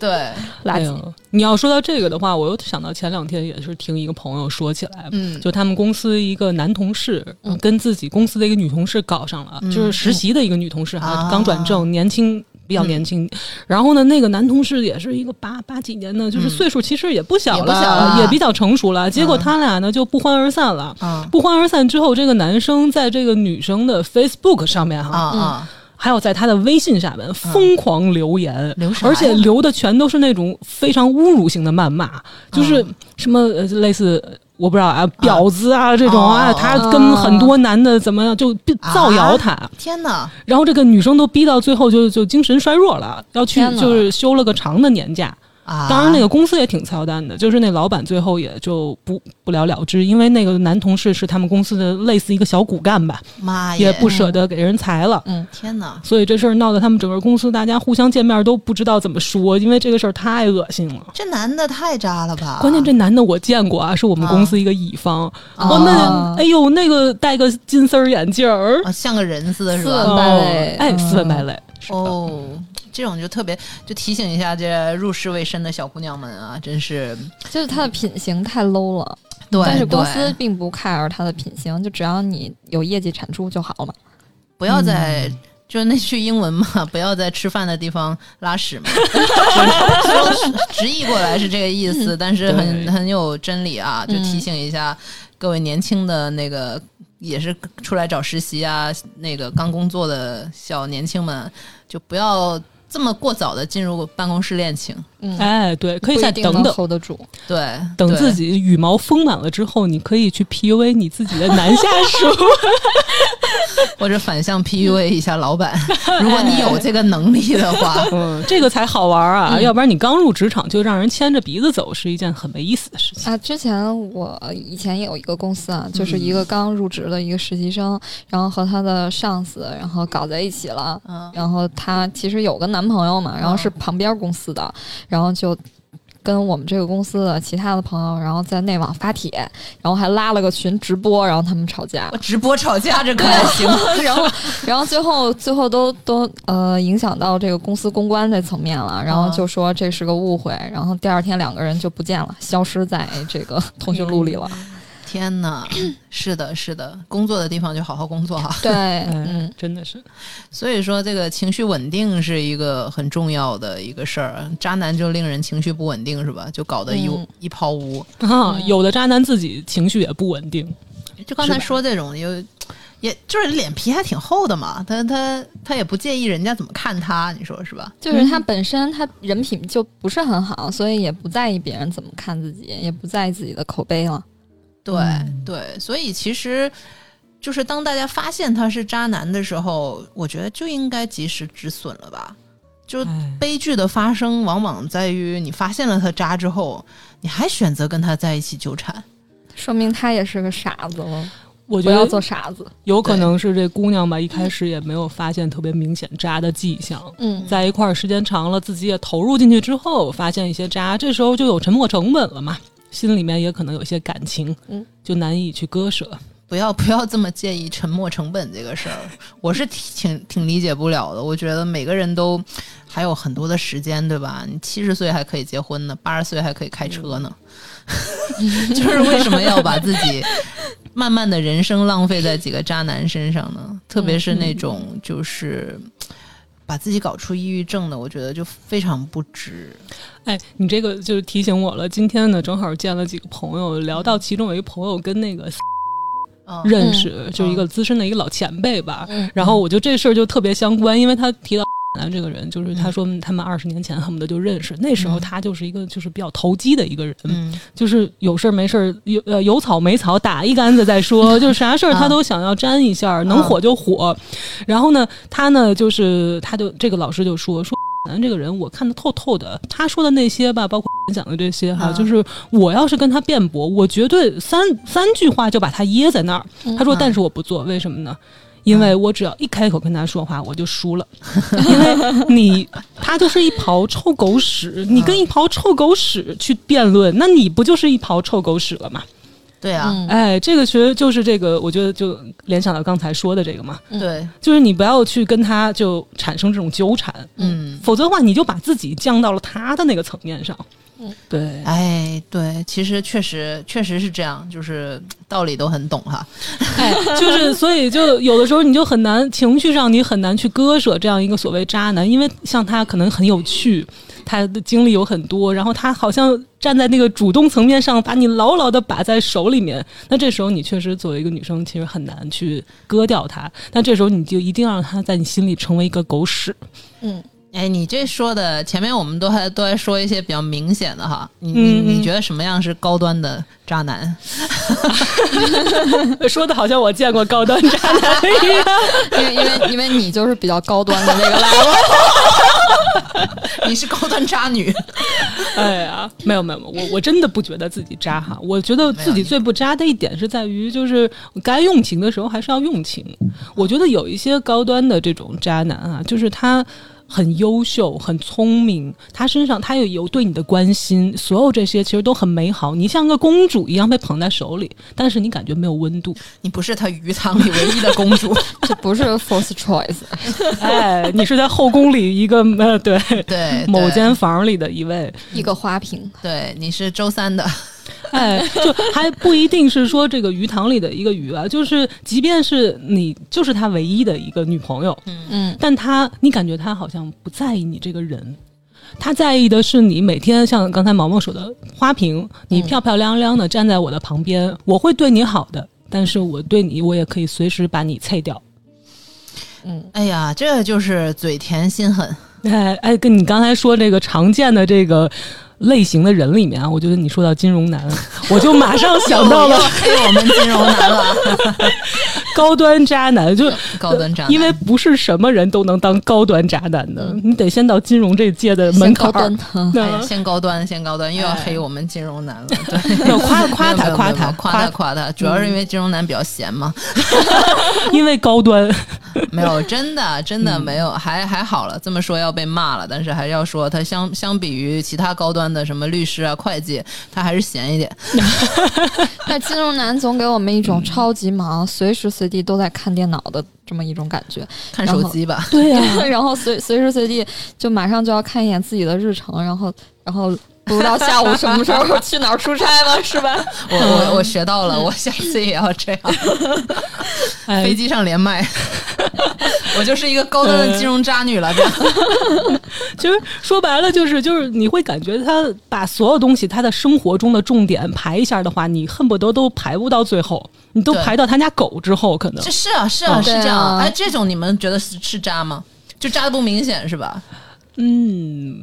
对，
垃
哎
圾。
呦！你要说到这个的话，我又想到前两天也是听一个朋友说起来，
嗯
就他们公司一个男同事、呃跟自己公司的一个女同事搞上了，就是实习的一个女同事哈，
嗯啊嗯
刚转正，年轻。比较年轻，然后呢，那个男同事也是一个八八几年的，就是岁数其实也不小
嗯也
了，
不小了嗯
也比较成熟了。结果他俩呢就不欢而散了。
啊
不欢而散之后，这个男生在这个女生的 Facebook 上面
啊
哈，
啊，
还有在他的微信下面疯狂留言，
嗯留啥呀
而且留的全都是那种非常侮辱性的谩
嗯
骂，就是什么、呃类似。呃我不知道啊，婊子啊，这种啊，
哦
他跟很多男的怎么样，就逼
啊
造谣他，
天哪！
然后这个女生都逼到最后就就精神衰弱了，要去
天哪
就是休了个长的年假。
啊，
当然，那个公司也挺操蛋的，就是那老板最后也就不不了了之，因为那个男同事是他们公司的类似一个小骨干吧，
妈耶
也不舍得给人裁了。
嗯
天哪！
所以这事儿闹得他们整个公司大家互相见面都不知道怎么说，因为这个事儿太恶心了。
这男的太渣了吧？
关键这男的我见过啊，是我们公司一个乙方，
啊
哇，那哎呦那个戴个金丝儿眼镜儿，
啊，像个人似的，是啊
斯
吧
文？败类
哦哎，斯文败类，是的
哦，这种就特别，就提醒一下这入世未深的小姑娘们啊，真是
就是他的品行太 low 了，
对，
但是公
对
司并不 care 他的品行，就只要你有业绩产出就好了。
不要在、
嗯
就是那句英文嘛， 不要在吃饭的地方拉屎 嘛。就是直译过来是这个意思，但是很
嗯对嗯
很有真理啊，就提醒一下各位年轻的那个也是出来找实习啊，那个刚工作的小年轻们，就不要这么过早的进入办公室恋情。
嗯，
哎，对，可以
不
再
一定
等
能
等。
hold 得住。
对，
等
对
自己羽毛丰满了之后，你可以去 PUA 你自己的男下属。
或者反向 PUA 一下 老板，如果你有这个能力的话，
嗯，这个才好玩儿啊！要不然你刚入职场就让人牵着鼻子走，是一件很没意思的事情。
啊，之前我以前有一个公司啊，就是
嗯
一个刚入职的一个实习生，然后和他的上司，然后搞在一起了。
嗯
然后她其实有个男朋友嘛，然后是旁边公司的，然后就跟我们这个公司的其他的朋友，然后在内网发帖，然后还拉了个群直播，然后他们吵架
我，直播吵架这可还行？
然后然后最后最后都都呃影响到这个公司公关这层面了，然后就说这是个误会，然后第二天两个人就不见了，消失在这个通讯录里了。
天哪， 是的，是的，工作的地方就好好工作哈。
对，嗯
嗯，，真的是，
所以说，这个情绪稳定是一个很重要的一个事儿。渣男就令人情绪不稳定，是吧？就搞得一、
嗯
一泡污。
啊，有的渣男自己情绪也不稳定，
就刚才说这种，有也就是脸皮还挺厚的嘛，他他他也不介意人家怎么看他，你说是吧？
就是他本身他人品就不是很好，所以也不在意别人怎么看自己，也不在意自己的口碑了。
对、对，所以其实就是当大家发现他是渣男的时候，我觉得就应该及时止损了吧。就
哎
悲剧的发生，往往在于你发现了他渣之后，你还选择跟他在一起纠缠。
说明他也是个傻子了，
我
不
觉
要做
得
傻子。
有可能是这姑娘吧，一开始也没有发现特别明显渣的迹象，
嗯，
在一块儿时间长了，自己也投入进去之后，发现一些渣，这时候就有沉没成本了嘛，心里面也可能有一些感情，
嗯，
就难以去割舍。
不要不要这么介意沉没成本这个事儿，我是挺挺挺理解不了的。我觉得每个人都还有很多的时间，对吧？你七十岁还可以结婚呢，八十岁还可以开车呢， 就是为什么要把自己慢慢的人生浪费在几个渣男身上呢？特别是那种就是把自己搞出抑郁症的，我觉得就非常不值。
哎，你这个就是提醒我了。今天呢，正好见了几个朋友，聊到其中有一个朋友跟那个
嗯
认识，就一个资深的一个老前辈吧。
嗯
然后我就这事儿就特别相关，因为他提
嗯
到。这个人就是他说他们二十年前恨不得就认识，那时候他就是一个就是比较投机的一个人，
嗯，
就是有事儿没事儿有呃有草没草打一竿子再说，就是啥 事儿
嗯
他都想要沾一下，能火就火。然后呢，他呢就是他就这个老师就说说。咱这个人我看得透透的，他说的那些吧，包括讲的这些哈，
嗯
就是我要是跟他辩驳，我绝对三三句话就把他噎在那儿。
嗯
他说：“但是我不做，为什么呢？因为我只要一开口跟他说话，我就输了。因为你，他就是一泡臭狗屎，你跟一泡臭狗屎去辩论，那你不就是一泡臭狗屎了吗？
对啊，
嗯，
哎，这个其实就是这个，我觉得就联想到刚才说的这个嘛，
对，
就是你不要去跟他就产生这种纠缠，
嗯
否则的话，你就把自己降到了他的那个层面上。
嗯，
对。”
哎，对，其实确实确实是这样，就是道理都很懂哈。
哎，就是所以就有的时候你就很难情绪上你很难去割舍这样一个所谓渣男，因为像他可能很有趣，他的经历有很多，然后他好像站在那个主动层面上把你牢牢的把在手里面，那这时候你确实作为一个女生其实很难去割掉他，但这时候你就一定要让他在你心里成为一个狗屎。
嗯
哎，你这说的前面我们都还都还说一些比较明显的哈，你
嗯
你
嗯
你觉得什么样是高端的 渣男？
说的好像我见过高端渣男一样。
因为因为因为你就是比较高端的那个 level，
你是高端渣女，
哎呀，没有没有，我我真的不觉得自己渣哈，我觉得自己最不渣的一点是在于，就是该用情的时候还是要用情。我觉得有一些高端的这种渣男啊，就是他。很优秀，很聪明，他身上他有有对你的关心，所有这些其实都很美好。你像个公主一样被捧在手里，但是你感觉没有温度。
你不是他鱼塘里唯一的公 主。
这不是 first choice。
哎，你是在后宫里一个呃，对，
对，
某
对
间房里的一位，
一个花瓶，
对，你是周三的，
哎，就还不一定是说这个鱼塘里的一个鱼啊，就是即便是你就是他唯一的一个女朋友，
嗯，
但他你感觉他好像不在意你这个人，他在意的是你每天像刚才毛毛说的花瓶，你漂漂亮亮的站在我的旁边，我会对你好的，但是我对你我也可以随时把你碎掉。
嗯
哎呀，这就是嘴甜心狠。
哎哎，跟你刚才说这个常见的这个类型的人里面啊，我觉得你说到金融男，我就马上想到了。
又黑我们金融男了，
高端渣男，就
高端渣男，
因为不是什么人都能当高端渣男的，
嗯
你得先到金融这界的门
先
槛儿
高端。， 嗯
哎呀，
那
先高端，先高端，又要
哎
黑我们金融男了。对，
要夸夸
没
他
有没有
夸
没有
他嗯
夸
夸
他夸他，主要是因为金融男比较闲 嘛。
因为高端，
没有，真的真
嗯
的没有，还还好了。这么说要被骂了，但是还要说他相相比于其他高端的什么律师啊、会计，他还是闲一点。
但金融男总给我们一种超级忙，随时随地都在看电脑的这么一种感觉。
看手机吧，
对呀、
然后随随时随地就马上就要看一眼自己的日程，然后然后不知道下午什么时候去哪儿出差了，是吧？
我我我学到了，我下次也要这样。飞
嗯 哎，
机上连麦， 我就是一个高端
嗯
的金融渣女了。这样
其实说白了就是就是你会感觉他把所有东西他的生活中的重点排一下的话，你恨不得都排不到最后，你都
对
排到他家狗之后，可能
这是啊是啊
哦
是
对啊
这样。哎，这种你们觉得是是渣吗？就渣的不明显是吧？
嗯，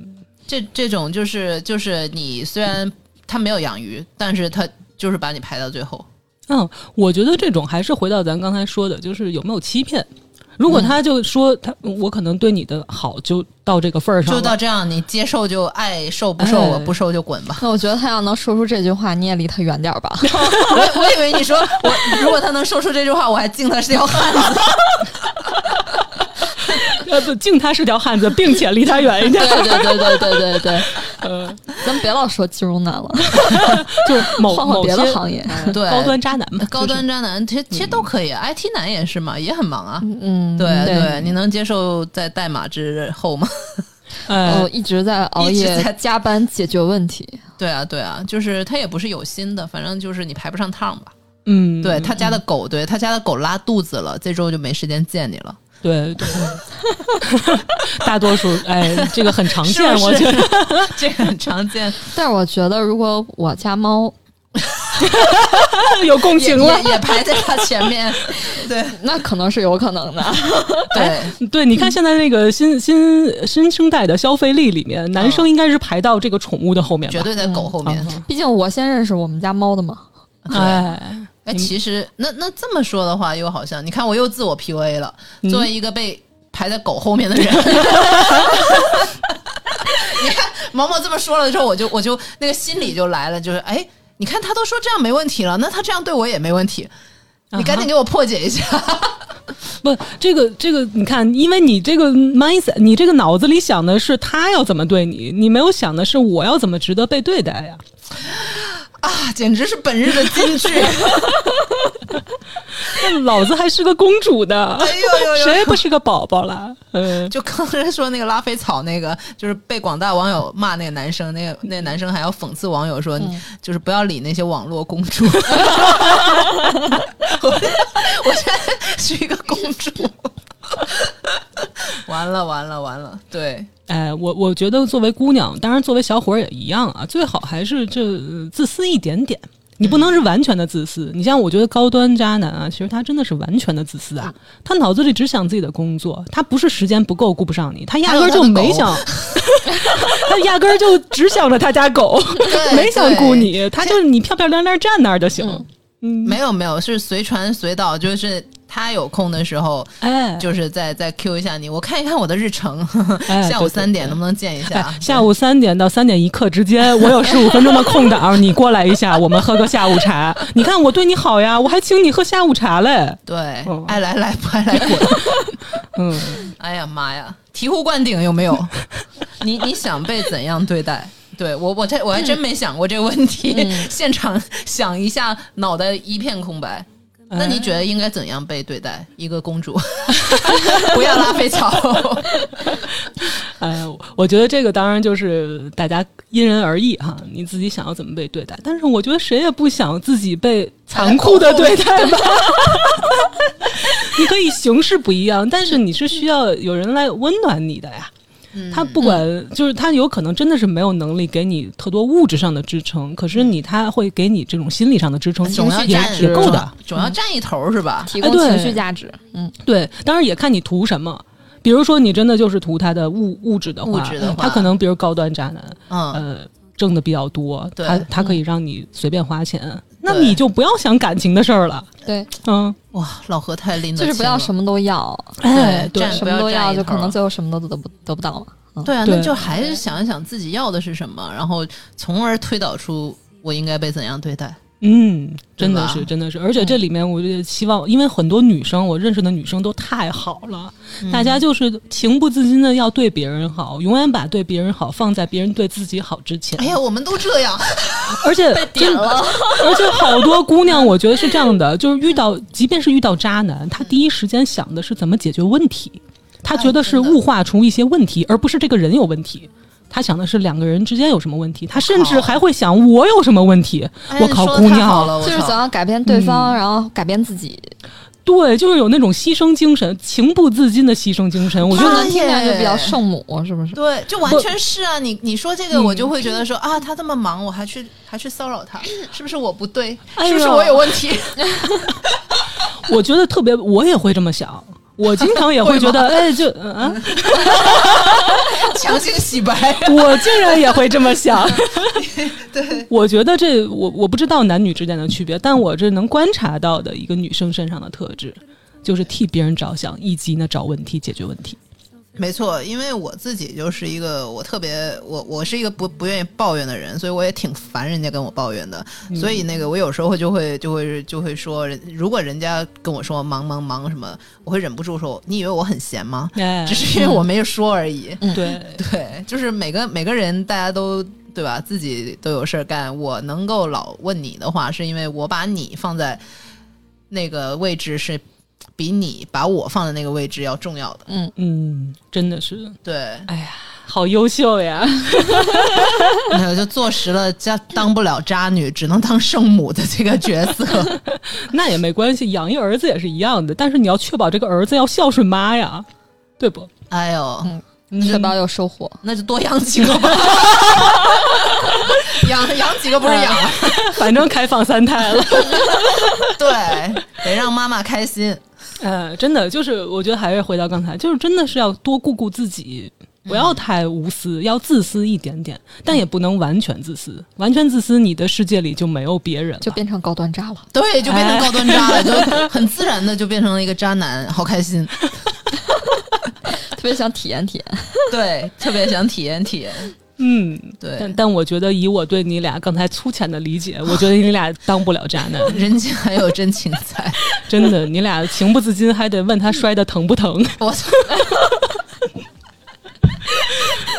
这这种就是就是你虽然他没有养鱼，但是他就是把你排到最后。
嗯，我觉得这种还是回到咱刚才说的，就是有没有欺骗。如
嗯
果他就说他我可能对你的好就到这个份儿上
就
了，
到这样，你接受就爱，受不受
哎
我不受就滚吧。
那 我觉得他要能说出这句话，你也离他远点儿吧。
我我以为你说我如果他能说出这句话，我还敬他是条汉 子。
呃不敬他是条汉子，并且离他远一点
对。对对对对 对对，
呃，
嗯
咱们别老说金融男了，
就是某
换换
某
别
些
的行业。
对，
高端渣男嘛，
高
就是
端渣男，其实其实都可以，IT 男也是嘛，也很忙啊。
嗯，
对
对。
对，你能接受在代码之后吗？
呃
哦，一直在熬
一直
夜
在
加班解决问题，
对啊，对啊，就是他也不是有心的，反正就是你排不上趟吧。
嗯，
对他家的狗，对他家的狗拉肚子了，这周就没时间见你了。
对对，大多数哎，这个很常见，
是不是
我觉得
这个很常见，
但是我觉得如果我家猫，
有共
也
情了
也。也排在他前面。对
那可能是有可能的。
对，
对，你看现在那个新新新生代的消费力里面，男生应该是排到这个宠物的后面吧，
嗯绝对在狗后面。
毕竟我先认识我们家猫的嘛。
哎，
哎，
你
其实那那这么说的话，又好像你看我又自我 PUA 了，
嗯
作为一个被排在狗后面的人。 你看毛毛这么说了之后，我就我就那个心理就来了，就是哎，你看他都说这样没问题了，那他这样对我也没问
啊
题，你赶紧给我破解一下。
不，这个这个，你看，因为你这个 mindset，你这个脑子里想的是他要怎么对你，你没有想的是我要怎么值得被对待呀、
啊，简直是本日的金 句！哎
那老子还是个公主呢，
哎呦呦呦！
谁不是个宝宝 啦？嗯，
就刚才说那个拉菲草，那个就是被广大网友骂那个男生，那个那个男生还要讽刺网友
嗯
说，你就是不要理那些网络公主。 我我现在是一个公主， 完了完了完了， 对，
哎，我我觉得作为姑娘，当然作为小伙儿也一样啊，最好还是这呃自私一点点。你不能是完全的自私，你像我觉得高端渣男啊，其实他真的是完全的自私
嗯
啊，他脑子里只想自己的工作，他不是时间不够顾不上你，他压根儿就没想， 他压根儿就只想着他家狗，
对
没想顾你，他就是你漂漂亮亮站那儿就行，嗯，
没有没有，是随传随到，就是他有空的时候，
哎，
就是再再 Q 一下你，我看一看我的日程，
哎
下午
对对
三点能不能见一下
哎？，下午三点到三点一刻之间，我有十五分钟的空档，你过来一下，我们喝个下午茶。你看我对你好呀，我还请你喝下午茶嘞。
对
嗯，
爱来来，不爱来滚。
嗯，
哎呀妈呀，醍醐灌顶有没有？ 你你想被怎样对待？对我我这我还真没想过这个问题，
嗯
现场想一下，脑袋一片空白。
嗯
那你觉得应该怎样被对待？一个公主， 不要拉菲 草。
哎，我觉得这个当然就是大家因人而异哈，你自己想要怎么被对待。但是我觉得谁也不想自己被残酷的对待 吧。你可以形式不一样，但是你是需要有人来温暖你的呀。
嗯
他不管，就是他有可能真的是没有能力给你特多物质上的支撑，可是
嗯
你他会给你这种心理上的支撑，
总要
也
占
也够的。，
总要占一头是吧？
提
哎
供
对
情绪价值。嗯，
对，当然也看你图什么。比如说，你真的就是图他的物物质的话，
物质的话
他可能比如高端渣男，
嗯，
呃，挣的比较多，
对嗯
他他可以让你随便花钱，那
对
你就不要想感情的事儿了。
对，
嗯，
哇，老何太拎得
就是不要什
么，
么都要，
哎
对
占
什
不
么
要
都
占
要，
一
就
头
可能
儿
最后什么都得不得不到嘛。嗯，
对啊，
对
那就还是想一想自己要的是什么，然后从而推导出我应该被怎样对待。
嗯，真
对
的
吧嗯
是，真的是，而且这里面我就希望，因为很多女生，我认识的女生都太好了，
嗯
大家就是情不自禁的要对别人好，永远把对别人好放在别人对自己好之前。
哎呀，我们都这样，
而 且真的， 而且好多姑娘，我觉得是这样的，就是遇到，即便是遇到渣男，她第一时间想的是怎么解决问题，她觉得是
哎真的
物化出一些问题，而不是这个人有问题。她想的是两个人之间有什么问题，她甚至
好
还会想我有什么问题。
哎
我
你
靠
说，得
姑
太
娘
好了，我
就是
操嗯
总要改变对方，然后改变自己。
对，就是有那种牺牲精神，情不自禁的牺牲精神。我觉
妈
得
就能听起来就比较
耶
圣母，是不是？
对，就完全是啊！你你说这个，我就会觉得说、啊，他这么忙，我还去还去骚扰他，是不是我不对？
哎
是
呦
不是我有问题？
我觉得特别，我也会这么想。我经常也会
会吗
觉得，哎，就嗯啊，
强行 洗白，
我竟然也会这么想。 对，我觉得这我我不知道男女之间的区别，但我这能观察到的一个女生身上的特质，就是替别人着想，以及呢找问题解决问题。
没错，因为我自己就是一个我特别我我是一个不不愿意抱怨的人，所以我也挺烦人家跟我抱怨的。所以那个我有时候就会就会就会说，人如果人家跟我说忙忙忙什么，我会忍不住说，你以为我很闲吗？
哎，
只是因为我没有说而已。
对，
对，就是每个每个人，大家都对吧？自己都有事儿干。我能够老问你的话，是因为我把你放在那个位置是比你把我放在那个位置要重要的。
嗯，
嗯，真的是，，
对
哎呀，好优秀 呀！
没有就坐实了家当不了渣女，只能当圣母的这个角色。
那也没关系，养一儿子也是一样的，但是你要确保这个儿子要孝顺妈呀，对不？
哎呦，
确保有收获。
那就多养几个吧。养养几个不是养，
反正开放三胎了。
对，得让妈妈开心。
呃，真的就是，我觉得还是回到刚才，就是真的是要多顾顾自己，不要太无私，要自私一点点，但也不能完全自私。完全自私，你的世界里就没有别人了。
就变成高端渣了。
对，就变成高端渣了，就很自然的就变成了一个渣男，好开 心。
特别想体验体验。
对，特别想体验体验。
嗯，但
对，
但我觉得以我对你俩刚才粗浅的理解，我觉得你俩当不了渣男，
人间还有真情在。
真的，你俩情不自禁还得问他摔的疼不疼。
我操！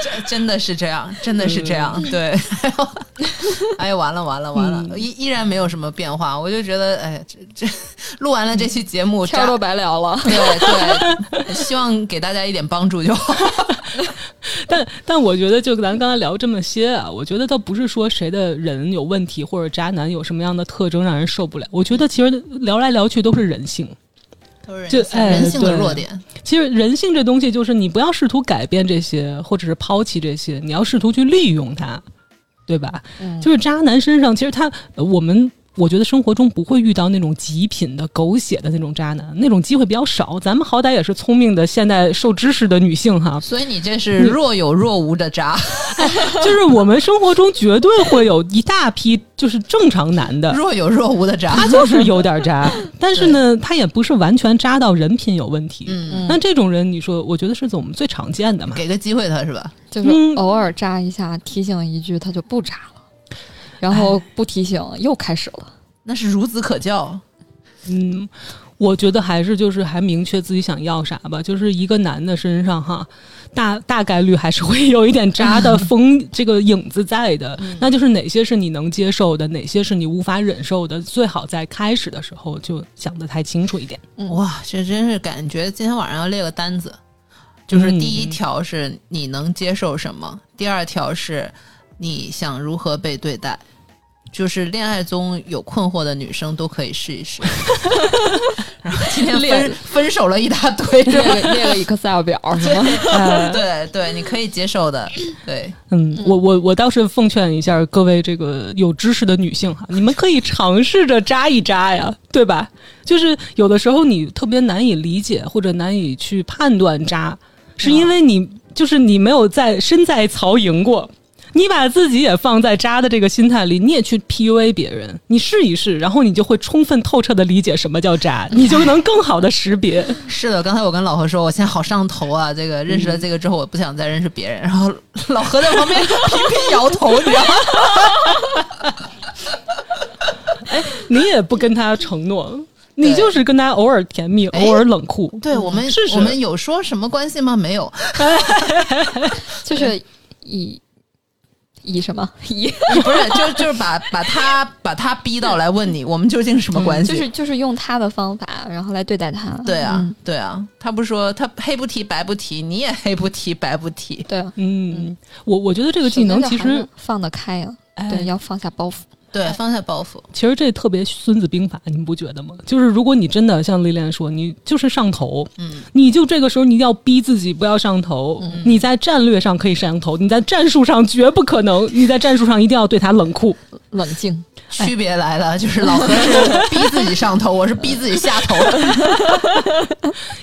真 真的是这样，真的是这样，对， 嗯哎呦，哎呦，完了完了完了，依依然没有什么变化，我就觉得，哎，这这 录完了这期节目，
天儿
渣
都白聊了，
对对，哎希望给大家一点帮助就 好。
但但我觉得，就咱刚才聊这么些啊，我觉得倒不是说谁的人有问题，或者渣男有什么样的特征让人受不了。我觉得其实聊来聊去都是人性。
都是人
就
性
哎
人性的
对
弱点，
其实人性这东西，就是你不要试图改变这些，或者是抛弃这些，你要试图去利用它，对吧？就是渣男身上，其实他呃我们。我觉得生活中不会遇到那种极品的、狗血的那种渣男，那种机会比较少。咱们好歹也是聪明的、现代受知识的女性哈，
所以你这是若有若无的渣。
就是我们生活中绝对会有一大批就是正常男的，
若有若无的渣。
他就是有点渣，但是呢，他也不是完全渣到人品有问题。
嗯，
那这种人，你说，我觉得是我们最常见的嘛。
给个机会他是吧？
就是
嗯
偶尔渣一下，提醒一句，他就不渣了。然后不提醒，又开始了。
那是孺子可教。
嗯，我觉得还是就是还明确自己想要啥吧。就是一个男的身上哈，大大概率还是会有一点渣的风这个影子在的。那就是哪些是你能接受的，哪些是你无法忍受的，最好在开始的时候就想得太清楚一点。
嗯
哇，这真是感觉今天晚上要列个单子，就是
嗯
第一条是你能接受什么，第二条是你想如何被对待。就是恋爱中有困惑的女生都可以试一 试，然后今天
列
分分手了一大堆，
列
是吧？
个列个 Excel 表是吗？
哎
对对，你可以接受的，对，
嗯，我我我倒是奉劝一下各位这个有知识的女性哈，你们可以尝试着扎一扎呀，对吧？就是有的时候你特别难以理解或者难以去判断扎，是因为你就是你没有在身在曹营过。你把自己也放在渣的这个心态里，你也去 PUA 别人，你试一试，然后你就会充分透彻的理解什么叫渣，你就能更好的识别。
是的，刚才我跟老何说，我现在好上头 啊！这个认识了这个之后，我不想再认识别人。然后老何在旁边频频摇头，你知道吗？
你也不跟他承诺，你就是跟他偶尔甜蜜，
哎
偶尔冷酷。
对我 们
试试
我们有说什么关系吗？没有，
就是以以什么以，
不是，就就是把把他把他逼到来问你，我们究嗯竟是什么关系？
就是就是用他的方法，然后来对待他。
对啊，
嗯
对啊，他不说他黑不提白不提，你也黑不提白不提。
对啊，
嗯，我我觉得这个技能
首
其
先就还
实
是，放得开啊，对，
哎，
要放下包袱。
对，放下包袱。
其实这特别《孙子兵法》，你们不觉得吗？就是如果你真的像丽莲说，你就是上头，
嗯，
你就这个时候你一定要逼自己不要上头。你在战略上可以上头，你在战术上绝不可能。你在战术上一定要对他冷酷。
冷静，
区别来 了，就是老何是逼自己上头，我是逼自己下 头。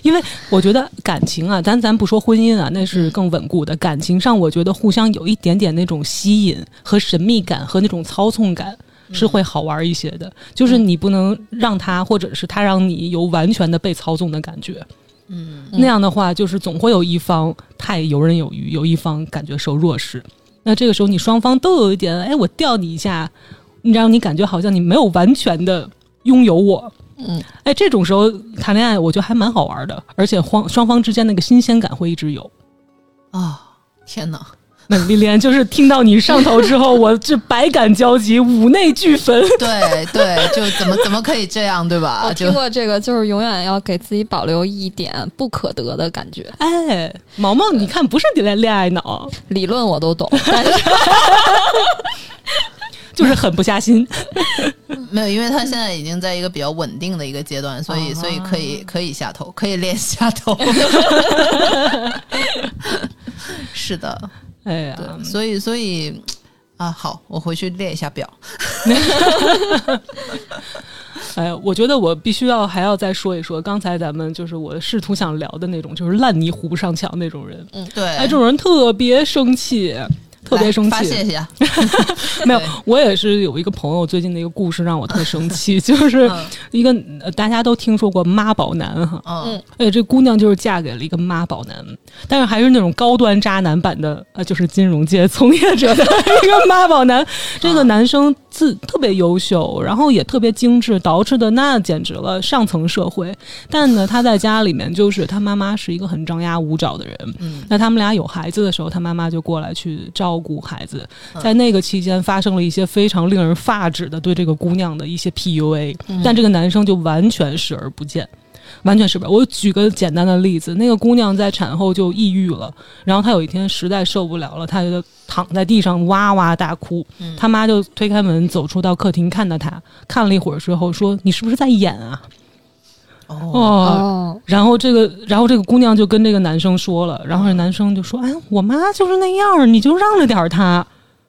因为我觉得感情啊，咱咱不说婚姻啊，那是更稳固的。感情上，我觉得互相有一点点那种吸引和神秘感和那种操纵感。是会好玩一些的，就是你不能让他，或者是他让你有完全的被操纵的感觉。
嗯，
那样的话，就是总会有一方太游刃有余，有一方感觉受弱势。那这个时候，你双方都有一点，哎，我吊你一下，你让你感觉好像你没有完全的拥有我。
嗯，
哎，这种时候谈恋爱，我觉得还蛮好玩的，而且双双方之间那个新鲜感会一直有。
啊、天哪！
那丽莲就是听到你上头之后，我这百感交集，五内俱焚。
对对，就怎么怎么可以这样，对吧？
我
啊就
听过这个，就是永远要给自己保留一点不可得的感觉。
哎，毛毛，你看不是恋恋爱脑，
理论我都懂，但是
就是狠不下心。
没有，因为他现在已经在一个比较稳定的一个阶段，所
哦
以所以可以可以下头，可以练 下头。是的，
哎呀，
对，所以所以啊，好，我回去列一下表。
哎，我觉得我必须要还要再说一说，刚才咱们就是我试图想聊的那种，就是烂泥糊不上墙那种人。
对，
哎，这种人特别生气，特别
来
生
发泄
气。
一下。
没有
对，
我也是有一个朋友最近的一个故事让我特生气，就是
嗯
一个、呃大家都听说过妈宝男哈，
嗯
哎，这姑娘就是嫁给了一个妈宝男，但是还是那种高端渣男版的，呃，就是金融界从业者的一个妈宝男。这个男生自特别优秀，然后也特别精致，捯饬的那简直了上层社会。但呢，他在家里面就是他妈妈是一个很张牙舞爪的人。
嗯
那他们俩有孩子的时候，他妈妈就过来去照顾孩子，
嗯
在那个期间发生了一些非常令人发指的对这个姑娘的一些 PUA，、但这
嗯
个男生就完全视而不见。完全是吧？我举个简单的例子，那个姑娘在产后就抑郁了，然后她有一天实在受不了了，她就躺在地上哇哇大哭。
嗯
她妈就推开门走出到客厅，看到她，看了一会儿之后说：“你是不是在演啊？”
哦
哦，
哦，
然后这个，然后这个姑娘就跟这个男生说了，然后这男生就说：“哎，我妈就是那样儿，你就让着点儿她。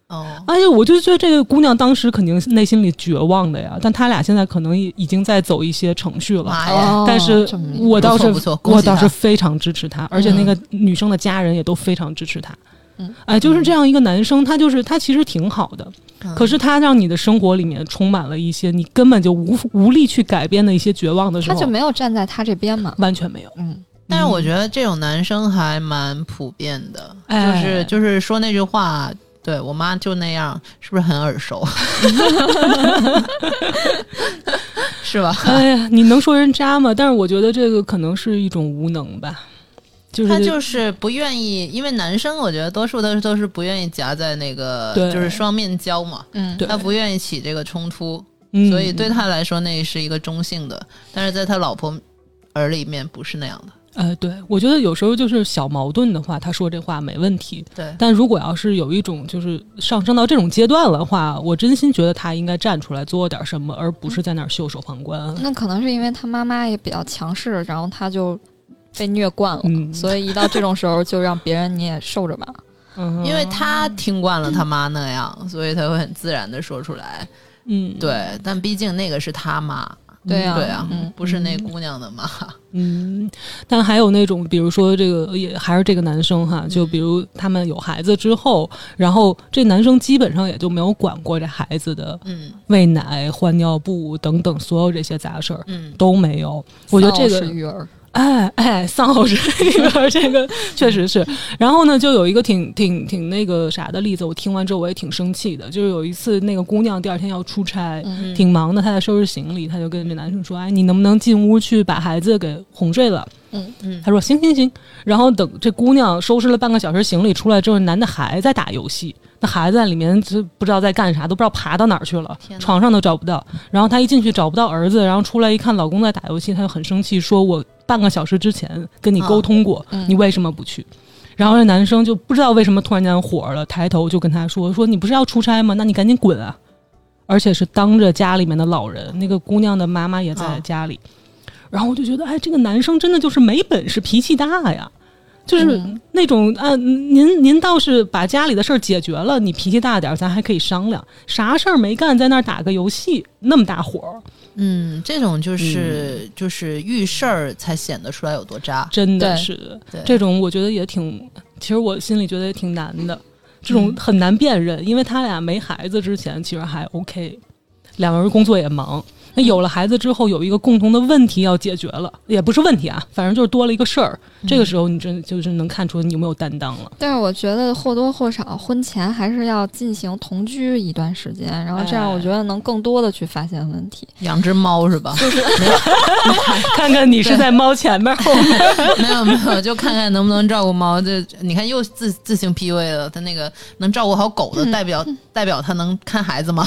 哦”
哎呀，我就觉得这个姑娘当时肯定内心里绝望的呀，但他俩现在可能已已经在走一些程序了。
妈哎
哦
呀！
但是
这么一个
我倒是
不错不错恭喜
我倒
她
是非常支持他，而且那个女生的家人也都非常支持他。
嗯，
哎，就是这样一个男生，他就是他其实挺好的，
嗯
可是他让你的生活里面充满了一些你根本就无无力去改变的一些绝望的时
他
候
就，没有站在他这边嘛。
完全没有。
嗯，
但是我觉得这种男生还蛮普遍的，
哎
就是就是说那句话，对我妈就那样，是不是很 耳熟？ 是吧？
哎呀，你能说人渣吗？但是我觉得这个可能是一种无能吧，就是
他就是不愿意，因为男生我觉得多数都是都是不愿意夹在那个，
对
就是双面胶嘛，
嗯，
对
他不愿意起这个冲突，
嗯
所以对他来说那是一个中性的，但是在他老婆耳里面不是那样的。
呃，对我觉得有时候就是小矛盾的话，他说这话没问题。
对，
但如果要是有一种就是上升到这种阶段的话，我真心觉得他应该站出来做点什么，而不是在那儿袖手旁 观。
那可能是因为他妈妈也比较强势，然后他就被虐惯了，
嗯
所以一到这种时候就让别人你也受着吧。
嗯哼
因为他听惯了他妈那样，所以他会很自然的说出来。
嗯，
对，但毕竟那个是他妈，
对啊，
对啊，
嗯，
不是那姑娘的嘛，
嗯，但还有那种，比如说这个呃也还是这个男生哈，就比如他们有孩子之后，然后这男生基本上也就没有管过这孩子的
嗯
喂奶、换尿布等等所有这些杂事儿
嗯，
都没有。我觉得这
丧偶
个
式育儿，
哎哎，丧偶式 育儿这个确实是。然后呢，就有一个挺挺挺那个啥的例子，我听完之后我也挺生气的。就是有一次那个姑娘第二天要出差，
嗯
挺忙的，她在收拾行李，她就跟这男生说：“哎，你能不能进屋去把孩子给哄睡了？”
嗯
嗯
他说：“行行行。”然后等这姑娘收拾了半个小时行李出来之后，男的还在打游戏，那孩子在里面就不知道在干啥，都不知道爬到哪儿去了
天，哪
床上都找不到。然后她一进去找不到儿子，然后出来一看老公在打游戏，她就很生气，说：“我半个小时之前跟你沟通过，
嗯
你为什么不去？”然后这男生就不知道为什么突然间火了，抬头就跟她说：“说你不是要出差吗？那你赶紧滚啊！”而且是当着家里面的老人，那个姑娘的妈妈也在
啊
家里。然后我就觉得，哎，这个男生真的就是没本事，脾气大呀，就是
嗯
那种啊，您您倒是把家里的事儿解决了，你脾气大点儿，咱还可以商量。啥事儿没干，在那儿打个游戏，那么大火儿，
嗯，这种就是、就是遇事儿才显得出来有多渣，
真的
对
是
对
这种，我觉得也挺，其实我心里觉得也挺难的，这
嗯
种很难辨认，因为他俩没孩子之前其实还 OK，两个人工作也忙。那有了孩子之后，有一个共同的问题要解决了，也不是问题啊，反正就是多了一个事儿。
嗯
这个时候，你真就是能看出你有没有担当了。
但是我觉得或多或少，婚前还是要进行同居一段时间，然后这样
哎
我觉得能更多的去发现问题。
养只猫是吧？
看看你是在猫前面儿后 面儿，
没有没有，就看看能不能照顾猫。这你看又自自行 PUA 了，他那个能照顾好狗的，代表代表他能看孩子吗？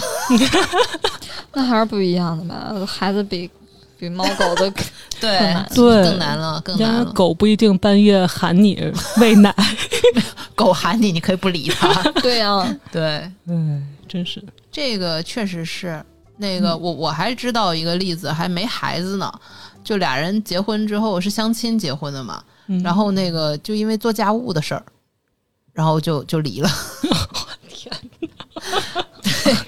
那还是不一样的吧，孩子比比猫狗的
对
更难
对
更难了，更难
家
了。
狗不一定半夜喊你喂奶。
狗喊你，你可以不理 它。
对啊呀、
对，
嗯，真是，
这个确实是那
嗯
个我我还知道一个例子，还没孩子呢，就俩人结婚之后是相亲结婚的嘛，
嗯
然后那个就因为做家务的事儿，然后就就离 了。天哪！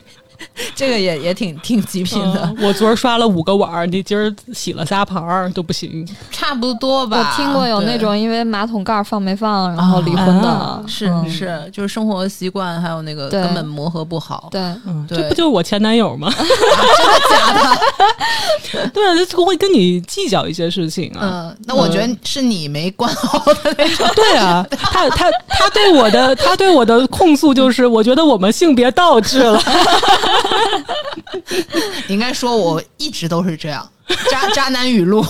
这个也也挺挺极品的，
嗯
啊我昨儿刷了五个碗儿，你今儿洗了仨盘儿都不行。
差不多吧。
我听过有那种因为马桶盖儿放没放然后离婚的，
啊
对是、
嗯
是，就是生活习惯还有那个
对
根本磨合不好。
对，
嗯，
对
这不就是我前男 友吗？真的假的？对，啊他会跟你计较一些事情啊。
嗯，那我觉得是你没管好的那种。
对啊，他他他对我的他对我的控诉就是，我觉得我们性别倒置了。
你应该说我一直都是这样，渣渣男语录。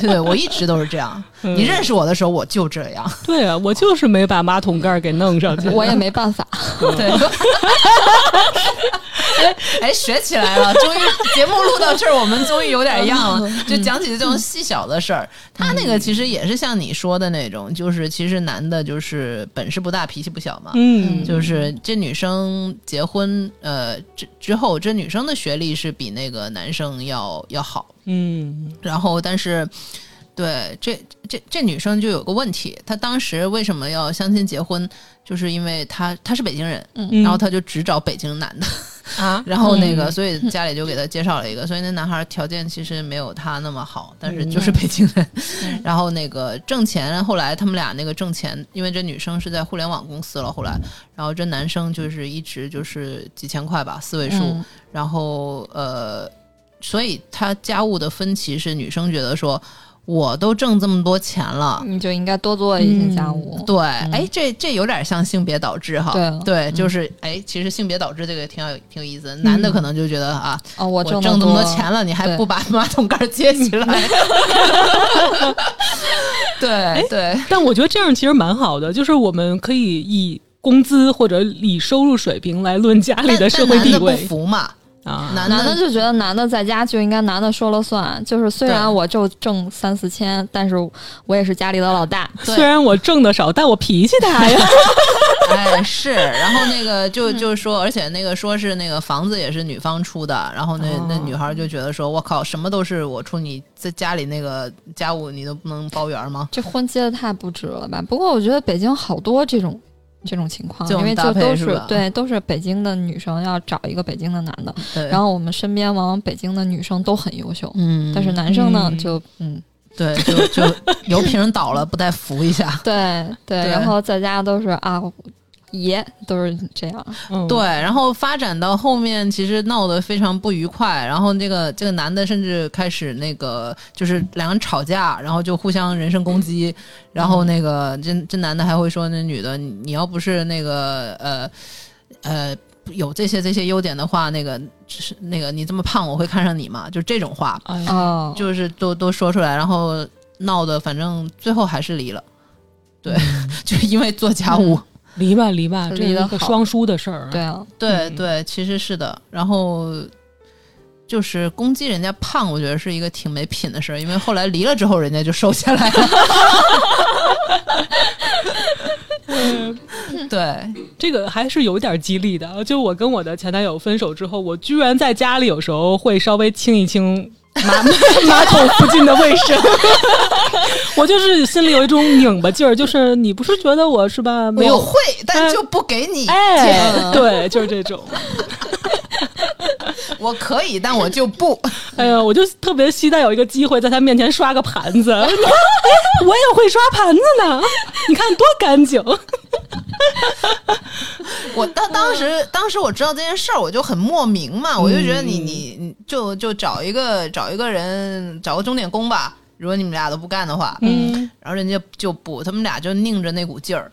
对，我一直都是这样。你认识我的时候我就这样。
对啊，我就是没把马桶盖儿给弄上去。
我也没办法。
对。哎 哎，学起来了！终于节目录到这儿，我们终于有点样了，就讲起这种细小的事儿。他那个其实也是像你说的那种，就是其实男的就是本事不大，脾气不小嘛。
嗯，
就是这女生结婚，呃，之之后，这女生的学历是比那个男生要要好，
嗯
然后但是。对，这这这女生就有个问题，她当时为什么要相亲结婚，就是因为她她是北京人，
嗯，
然后她就只找北京男的，
啊，
然后那个
嗯
所以家里就给她介绍了一个，所以那男孩条件其实没有她那么好，但是就是北京人，
嗯
然后那个挣钱，后来他们俩那个挣钱，因为这女生是在互联网公司了，后来，
嗯
然后这男生就是一直就是几千块吧，四位数，
嗯
然后呃，所以他家务的分歧是女生觉得说，我都挣这么多钱了，
你就应该多做一些家务。
对，哎，这这有点像性别导致哈，
对
就是哎，其实性别导致这个挺有挺有意思的，男的可能就觉得啊，
哦，我
我挣
那
这么多 钱了，你还
对
不把马桶盖接起来？对对，
但我觉得这样其实蛮好的，就是我们可以以工资或者以收入水平来论家里的
但
社会
但
地
男的
位
不服嘛，
啊。
男
男的 就觉得男的在家就应该男的说了算，就是虽
对
然我就挣三四千，但是我也是家里的老 大。
对
虽然我挣的少，但我脾气大呀。
哎，是，然后那个就就是说，而且那个说是那个房子也是女方出的，然后那、那女孩就觉得说，我靠，什么都是我出，你在家里那个家务你都不能包圆吗？
这婚结的太不值了吧？不过我觉得北京好多这种这种情况，
这
因
种
为
搭
就
配
都
是
是
吧
对都是北京的女生要找一个北京的男的，
对，
然后我们身边往往北京的女生都很优秀，
嗯，
但是男生呢
嗯
就嗯
对，就就油瓶倒了不带扶一下。
对对，
对
然后在家都是啊爷都是这样，
嗯
对，然后发展到后面，其实闹得非常不愉快。然后这个这个男的甚至开始那个，就是两人吵架，然后就互相人身攻击。然后那个这这男的还会说那女的，你你要不是那个呃呃有这些这些优点的话，那个是那个你这么胖，我会看上你嘛？就这种话，
哎呀
哦，
就是都都说出来，然后闹得反正最后还是离了。对， 就因为做家务。
离吧离吧，这
离
是
得
一个
好
双输的事儿。
对，啊，
对
嗯
对，其实是的。然后就是攻击人家胖，我觉得是一个挺没品的事儿，因为后来离了之后，人家就瘦下来了。
嗯
对，
这个还是有点激励的。就我跟我的前男友分手之后，我居然在家里有时候会稍微清一清马马桶附近的卫生。 我就是心里有一种拧巴劲儿，就是你不是觉得我是吧？没
我
有
会，但就不给你。
嗯哎，对，就是这种。
我可以，但我就不。
哎呀，我就特别期待有一个机会在他面前刷个盘子。 你看，哎，我也会刷盘子呢，你看多干净。
我当当时当时我知道这件事儿，我就很莫名
嗯
嘛，我就觉得你你你就就找一个找一个人找个钟点工吧。如果你们俩都不干的话，
嗯，
然后人家就不，他们俩就拧着那股劲儿。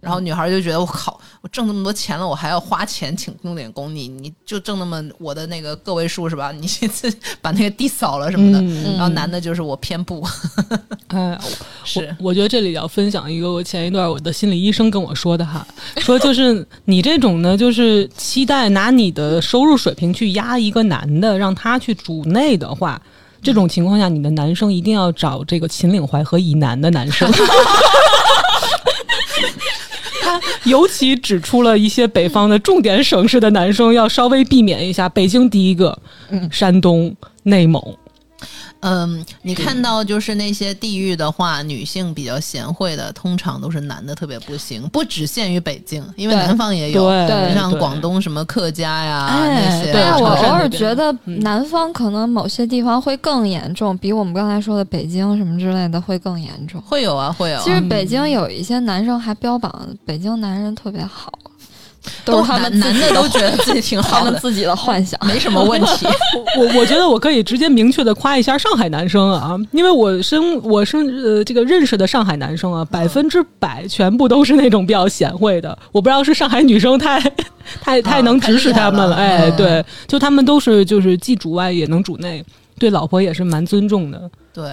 然后女孩就觉得我靠，我挣这么多钱了，我还要花钱请钟点工，你你就挣那么我的那个个位数是吧？你这次把那个地扫了什么的。
嗯
然后男的就是我偏不，
哎，
是
我我觉得这里要分享一个我前一段我的心理医生跟我说的哈，说就是你这种呢，就是期待拿你的收入水平去压一个男的，让他去主内的话。这种情况下，你的男生一定要找这个秦岭淮河以南的男生。他尤其指出了一些北方的重点省市的男生要稍微避免一下。北京第一个，山东、内蒙，
嗯，你看到就是那些地域的话，女性比较贤惠的，通常都是男的特别不行，不只限于北京，因为
对
南方也有，
对，
哎像
对
广东什么客家呀、
哎，
那些，啊
对
但我
潮
偶
汕
尔
那边
觉得
嗯
南方可能某些地方会更严重，比我们刚才说的北京什么之类的会更严重。
会有啊，会有啊。
其
嗯
实北京有一些男生还标榜北京男人特别好，都是他们
男男
自己
的
的
都觉得自己挺
他
好
们
的，
自己的幻想。
没什么问题。
我我觉得我可以直接明确的夸一下上海男生啊，因为我身我身呃这个认识的上海男生啊，百分之百全部都是那种比较贤惠的。我不知道是上海女生太太太能指使他们了，
太厉害了
哎，
嗯
对，就他们都是就是既主外也能主内，对老婆也是蛮尊重的。
对，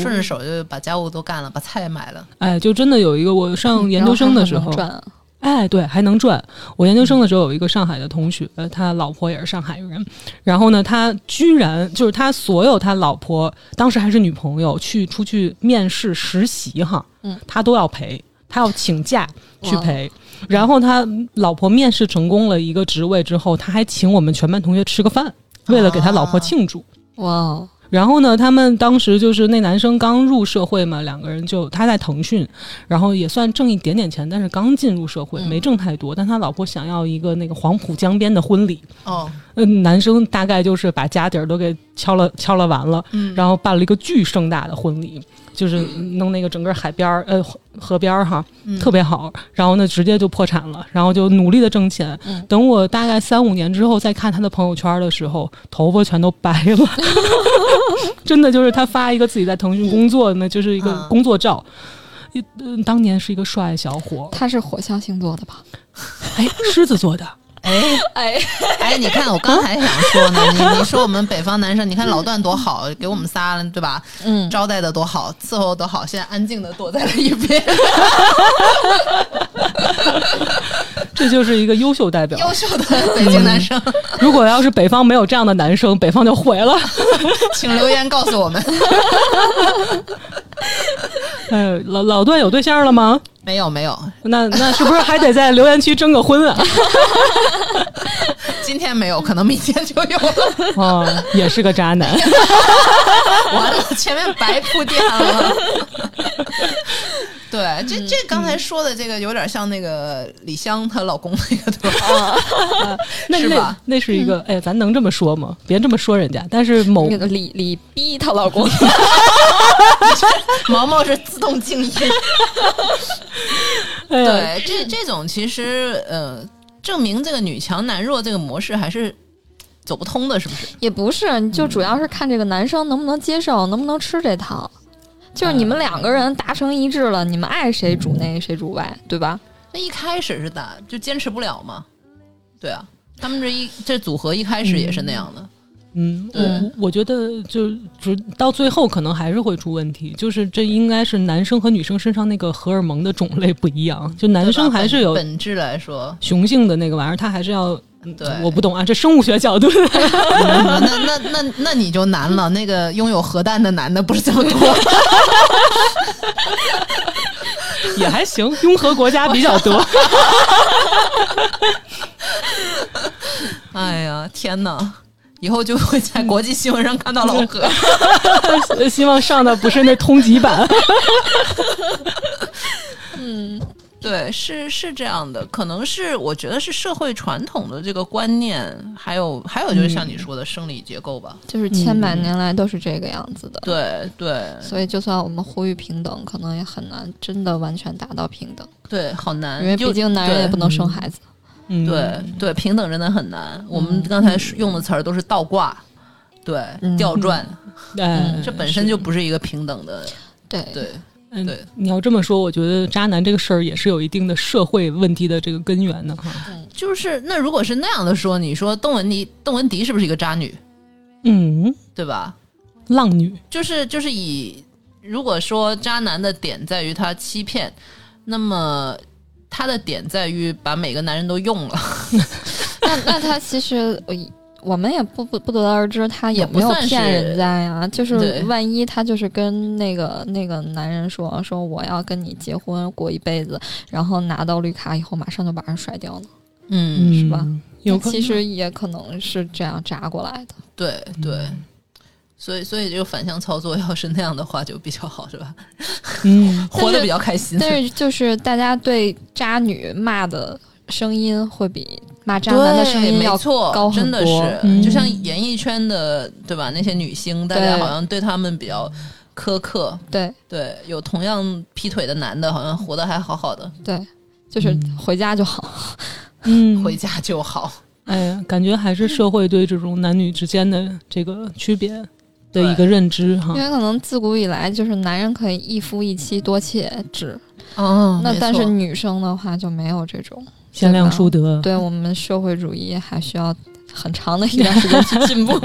顺着手就把家务都干了，把菜也买了。
哎，就真的有一个我上 研究生的时
嗯然后
候
还很能，赚
哎，对，还能赚。我研究生的时候有一个上海的同学，他老婆也是上海人，然后呢，他居然就是他所有他老婆当时还是女朋友去出去面试实习哈，
嗯，
他都要陪，他要请假去
哇
陪。然后他老婆面试成功了一个职位之后，他还请我们全班同学吃个饭，为了给他老婆
啊
庆祝。
哇哦，
然后呢，他们当时就是那男生刚入社会嘛，两个人就他在腾讯，然后也算挣一点点钱，但是刚进入社会
嗯
没挣太多。但他老婆想要一个那个黄浦江边的婚礼，
哦，
嗯、男生大概就是把家底儿都给敲了敲了完了，
嗯
然后办了一个巨盛大的婚礼，就是弄那个整个海边儿呃河河边儿哈，
嗯
特别好。然后呢，直接就破产了，然后就努力的挣钱。
嗯
等我大概三五年之后再看他的朋友圈的时候，头发全都白 了。真的就是他发一个自己在腾讯工作，那就是一个
嗯
工作照。一嗯，当年是一个帅小伙，
他是火象星座的吧？
哎，狮子座的，
哎
哎，
哎，你看我刚才想说 呢，你你说我们北方男生，你看老段多好，给我们仨了，对吧？
嗯，
招待的多好，伺候得多好，现在安静的躲在了一 边，
这就是一个优秀代表。
优秀的北京男生，
如果要是北方没有这样的男生，北方就毁 了。
请留言告诉我们。
哎，老老段有对象了吗？
没有没有，
那那是不是还得在留言区征个婚啊？
今天没有，可能明天就有了。
哦，也是个渣男。
完了，前面白铺垫了。对，
嗯
这这刚才说的这个有点像那个李湘她老公那 个，对吧？
那
是吧
那那是一个，
嗯
哎，咱能这么说吗？别这么说人家。但是某
那个李李逼她 老公，
毛毛是自动静音。
哎呀
对，这这种其实呃，证明这个女强男弱这个模式还是走不通的，是不是？
也不是，就主
嗯
要是看这个男生能不能接受，能不能吃这套。
嗯
就是你们两个人达成一致了，你们爱谁主内谁主外，对吧？
那一开始是打就坚持不了嘛？对啊，他们这一这组合一开始也是那样的。
嗯，
对
我我觉得就只到最后可能还是会出问题，就是这应该是男生和女生身上那个荷尔蒙的种类不一样，就男
对
生
吧
还是有
本本质来说，
雄性的那个玩意儿，他还是要。嗯
对
我不懂啊，这生物学角度
那那那那那你就难了。那个拥有核弹的男的不是这么多，
也还行，拥核国家比较多。
哎呀，天哪！以后就会在国际新闻上看到老 何。
希望上的不是那通缉版。
对，是是这样的，可能是我觉得是社会传统的这个观念，还有还有就是像
嗯
你说的生理结构吧。
就是千百年来都是这个样子的。
嗯对对
所以，就算我们呼吁平等，可能也很难真的完全达到平等，
对，好难，
因为
嗯就
毕竟男人也不能生孩子。
嗯，
对对对平等真的很
嗯
难。我们刚才用的词儿都是倒挂，对
嗯
吊转，
哎，
嗯这本身就不是一个平等的。
对，
对
嗯
对
你要这么说，我觉得渣男这个事儿也是有一定的社会问题的这个根源的
嗯
哈。
就是那如果是那样的说，你说邓文迪邓文迪是不是一个渣女，
嗯，
对吧？
浪女，
就是就是以如果说渣男的点在于他欺骗，那么他的点在于把每个男人都用了，
那那他其实呃我们也不不不得而知，他有
也不
没有
算是
骗人家呀？就是
对
万一他就是跟那个那个男人说说我要跟你结婚过一辈子，然后拿到绿卡以后马上就把人甩掉了，
嗯，
嗯，
是吧？
有
那
可能
其实也可能是这样扎过来 的。
对
嗯
对。所以，所以这个反向操作要是那样的话就比较好，是吧？
嗯，
但是
活得比较开心。
但是就是大家对渣女骂的声音会比骂渣男的声
对
音
没
要
错，
高很
真的
多
是，
嗯
就像演艺圈的，对吧？那些女星，大家
对
好像对她们比较苛刻。
对
对，有同样劈腿的男的，好像活得还好好的，
对，就是
嗯
回家就好。
嗯，
回家就好。
哎呀，感觉还是社会对这种男女之间的这个区别的一个认知
嗯
哈
因。为可能自古以来就是男人可以一夫一妻多妾制，
嗯
哦那但是女生的话就没有这种。
贤良淑德，
对我们社会主义还需要很长的一段时间 去进步。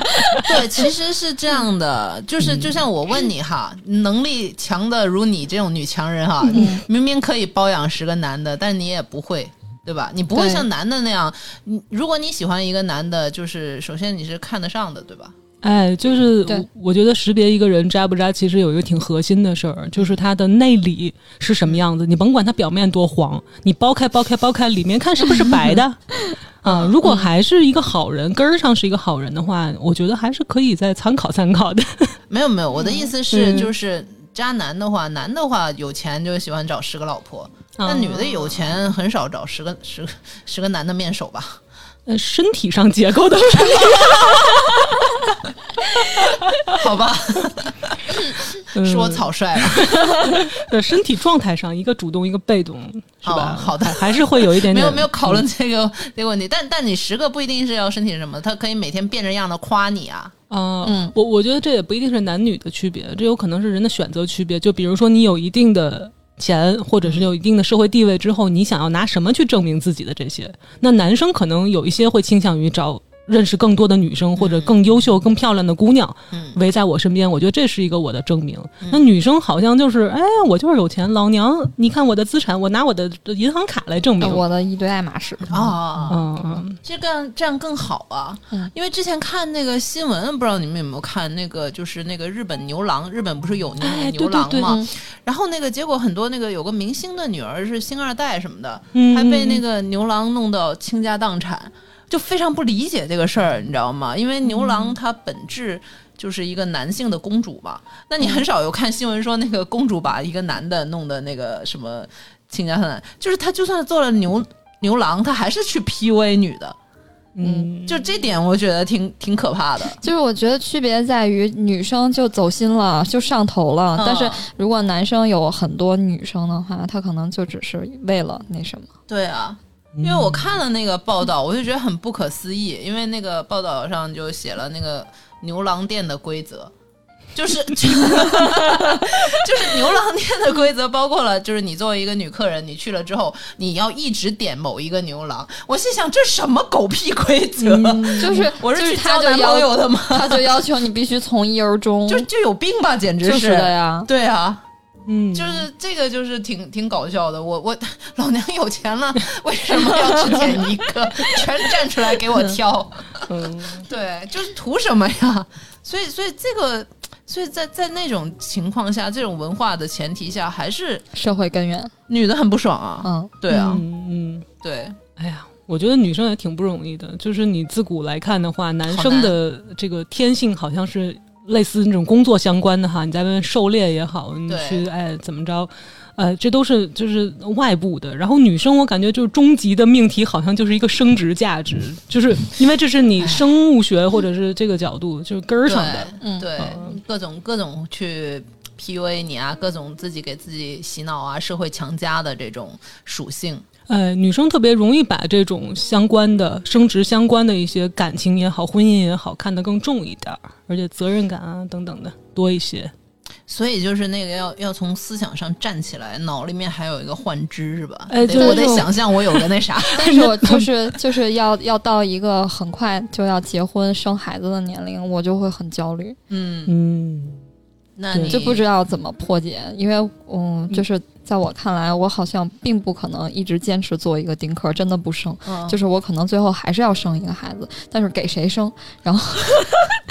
对，其实是这样的，
嗯
就是就像我问你哈，能力强的如你这种女强人哈，
嗯
明明可以包养十个男的，但你也不会。对吧？你不会
对
像男的那样，你如果你喜欢一个男的，就是首先你是看得上的，对吧？
哎，就是
对
我我觉得识别一个人渣不渣，其实有一个挺核心的事儿，就是他的内里是什么样
嗯
子。你甭管他表面多黄，你剥开剥开剥开，里面看是不是白 的
嗯
啊？如果还是一个好人，根儿上是一个好人的话，我觉得还是可以再参考参考的。
没有没有，我的意思是，
嗯
就是渣男的话，男的话有钱就喜欢找十个老婆，那
啊
女的有钱很少找十个十个十个男的面首吧？
呃身体上结构 的问题
好吧，
嗯
说草率了。
呃，身体状态上一个主动一个被动，是吧？
哦好的
还 还是会有一点点嗯
没有没有讨论这个这个问题，但但你十个不一定是要身体是什么，他可以每天变着样的夸你啊。
啊、
嗯
我我觉得这也不一定是男女的区别，这有可能是人的选择区别。就比如说，你有一定的钱，或者是有一定的社会地位之后，你想要拿什么去证明自己的这些？那男生可能有一些会倾向于找认识更多的女生，或者更优秀、更漂亮的姑娘
嗯
围在我身边，我觉得这是一个我的证明。那女生好像就是，哎，我就是有钱，老娘你看我的资产，我拿我的银行卡来证明。
哦
我的一堆爱马仕，
啊，
嗯嗯
这更这样更好啊
嗯！
因为之前看那个新闻，不知道你们有没有看那个，就是那个日本牛郎，日本不是有那
哎对
个牛郎
对对
嘛
嗯？
然后那个结果很多那个有个明星的女儿是星二代什么的，
嗯，
还被那个牛郎弄到倾
嗯
家荡产，就非常不理解这个事儿，你知道吗？因为牛郎他本质就是一个男性的公主嘛。那
嗯
你很少有看新闻说那个公主把一个男的弄的那个什么倾家荡产，就是他就算做了牛牛郎，他还是去 PUA 女的，
嗯，
就这点我觉得挺挺可怕的。
就是我觉得区别在于女生就走心了，就上头了，
啊
但是
嗯
如果男生有很多女生的话，他可能就只是为了那什么。
对啊，因为我看了那个报
嗯
道，我就觉得很不可思议，因为那个报道上就写了那个牛郎店的规则。就是 就是牛郎店的规则包括了，就是你作为一个女客人，你去了之后，你要一直点某一个牛郎。我心想，这什么狗屁规则？
嗯
就是
我
嗯就是
去
他
交
就
男
要
朋友的吗？
他就要求你必须从一而终，
就就有病吧，简直
就是的呀。
对啊，
嗯，
就是这个，就是挺挺搞笑的。我 我老娘有钱了， 为什么要去捡一个？ 全站出来给我挑，
嗯
对，就是图什么呀？所以所以这个，所以在在那种情况下，这种文化的前提下，还是
社会根源，
女的很不爽啊。
嗯，
对啊，
嗯嗯，
对，
哎呀。我觉得女生也挺不容易的，就是你自古来看的话，男生的这个天性好像是类似那种工作相关的哈，你在外面狩猎也好，你
对
去哎怎么着，呃，这都是就是外部的。然后女生，我感觉就是终极的命题好像就是一个生殖价值，就是因为这是你生物学或者是这个角度就是根儿
对
上的，
嗯
对，各种各种去 PUA 你啊，各种自己给自己洗脑啊，社会强加的这种属性。
呃，女生特别容易把这种相关的生殖相关的一些感情也好、婚姻也好看得更重一点儿，而且责任感啊等等的多一些。
所以就是那个要要从思想上站起来，脑里面还有一个幻肢是吧？
哎
得
对
我得
对
想象我有个那啥，
但是我就是就是要要到一个很快就要结婚生孩子的年龄，我就会很焦虑，
嗯，
嗯，
那
对
你
就不知道怎么破解，因为嗯，就是在我看来，我好像并不可能一直坚持做一个丁克，真的不生，
嗯
就是我可能最后还是要生一个孩子，但是给谁生，然后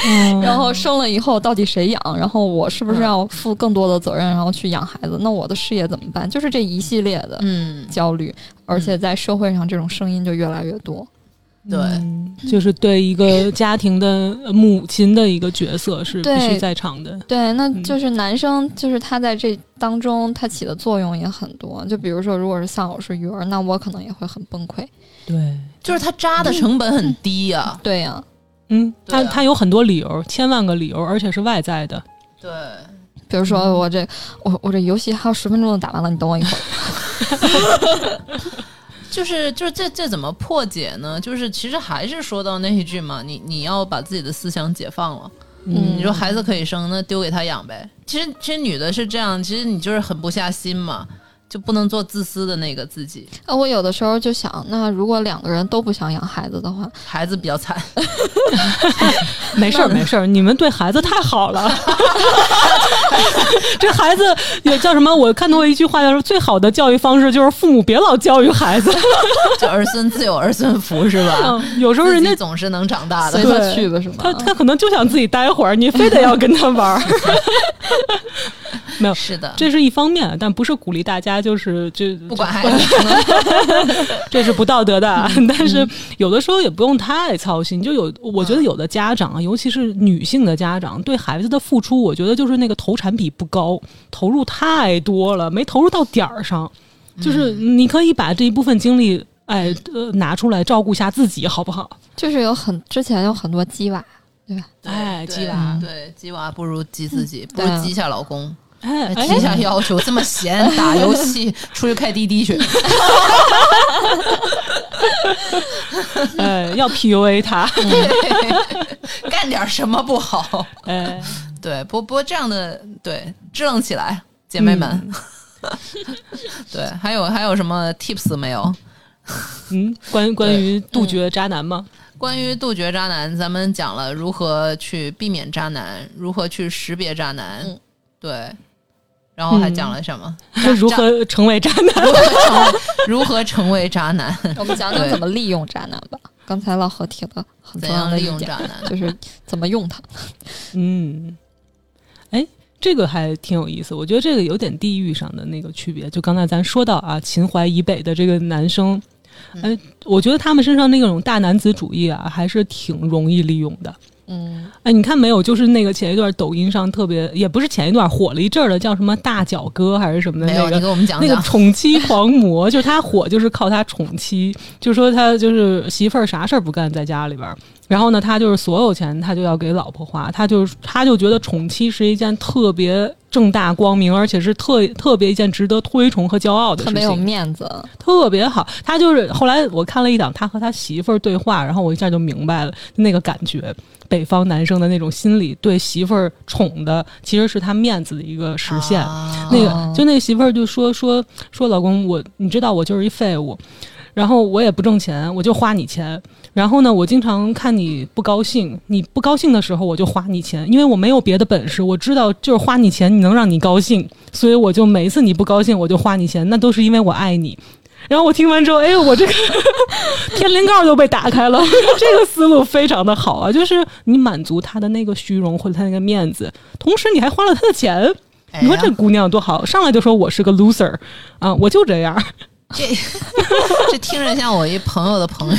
嗯
嗯
然后生了以后到底谁养，然后我是不是要负更多的责任，然后去养孩子？那我的事业怎么办？就是这一系列的
嗯，
焦虑，而且在社会上这种声音就越来越多。
对
嗯就是对一个家庭的呃母亲的一个角色是必须
对
在场的。
对，那
嗯
就是男生，就是他在这当中他起的作用也很多。就比如说，如果是丧偶式育儿，那我可能也会很崩溃。
对，
就是它扎的成本很低啊呀、
对呀、
嗯，
对啊
他他有很多理由，千万个理由，而且是外在的。
嗯
对，
比如
嗯
说我这我我这游戏还有十分钟就打完了，你等我一会儿。
就是就是这这怎么破解呢？就是其实还是说到那一句嘛，你你要把自己的思想解放了。
嗯
你说孩子可以生，那丢给他养呗。其实其实女的是这样，其实你就是狠不下心嘛，就不能做自私的那个自己。
啊，我有的时候就想，那如果两个人都不想养孩子的话，
孩子比较惨，
没事儿，没事儿，你们对孩子太好了。 这孩子也叫什么？我看到过一句话，叫说最好的教育方式就是父母别老教育孩子，嗯
就儿孙自有儿孙福是吧？
有时候人
自
家
己总是能长大
随
的。
他去吧，是吗
他？他可能就想自己待会儿，你非得要跟他玩 儿。没有，
是的，
这是一方面，但不是鼓励大家就是就
不管孩子，
这是不道德的啊，
嗯
但是有的时候也不用太操心。就有，我
嗯
觉得有的家长啊，尤其是女性的家长，对孩子的付出，我觉得就是那个投产比不高，投入太多了，没投入到点儿上。就是
嗯
你可以把这一部分精力，哎，呃，拿出来照顾一下自己，好不好？
就是有很之前有很多鸡娃，对 吧？
哎，
对
鸡娃，嗯
对鸡娃不如鸡自己，不
对啊
如鸡下老公，
哎，哎
提下要求，这么 闲，打游戏，出去开滴滴去，
哎，要 PUA 他，
干点什么不好？
哎，
对，不不过这样的，对，支棱起来，姐妹们。
嗯
对，还有还有什么 tips 没有？
嗯，关关于杜
嗯
绝渣男吗？
关于杜绝渣男，咱们讲了如何去避免渣男，如何去识别渣男，
嗯
对，然后还讲了什么？渣
如
嗯渣
何成为渣男？
如何成为 如何成为渣 男？
我们讲讲怎么利用渣男吧。刚才老何提了很
怎
重要
样
的
利
一
用
点，
渣男？
就是怎么用它。
嗯，哎，这个还挺有意思，我觉得这个有点地域上的那个区别。就刚才咱说到啊，秦淮以北的这个男生，嗯哎，我觉得他们身上那种大男子主义啊，还是挺容易利用的。
嗯，
哎，你看没有？就是那个前一段抖音上特别，也不是前一段火了一阵儿的，叫什么大脚哥还是什么的
没有，
那个。
你给我们讲
那
讲。
个宠妻狂魔， 就是他火，就是靠他宠妻，就说他就是媳妇儿啥事儿不干，在家里边儿，然后呢，他就是所有钱他就要给老婆花，他就是他就觉得宠妻是一件特别正大光明，而且是特 特别一件值得推崇和骄傲的事
特
情，
别有面子，
特别好。他就是后来我看了一档他和他媳妇儿对话，然后我一下就明白了那个感觉，北方男生的那种心理，对媳妇儿宠的其实是他面子的一个实现。
啊
那个就那个媳妇儿就说说说老公我你知道我就是一废物，然后我也不挣钱，我就花你钱。然后呢，我经常看你不高兴，你不高兴的时候我就花你钱，因为我没有别的本事，我知道就是花你钱你能让你高兴，所以我就每一次你不高兴我就花你钱，那都是因为我爱你。然后我听完之后，哎呦，我这个 天灵盖儿都被打开了，这个思路非常的好啊！就是你满足他的那个虚荣或者他那个面子，同时你还花了他的钱，你说
哎呀
这姑娘多好，上来就说我是个 loser 啊，我就这样。
这 这听着像我一朋友的 朋友。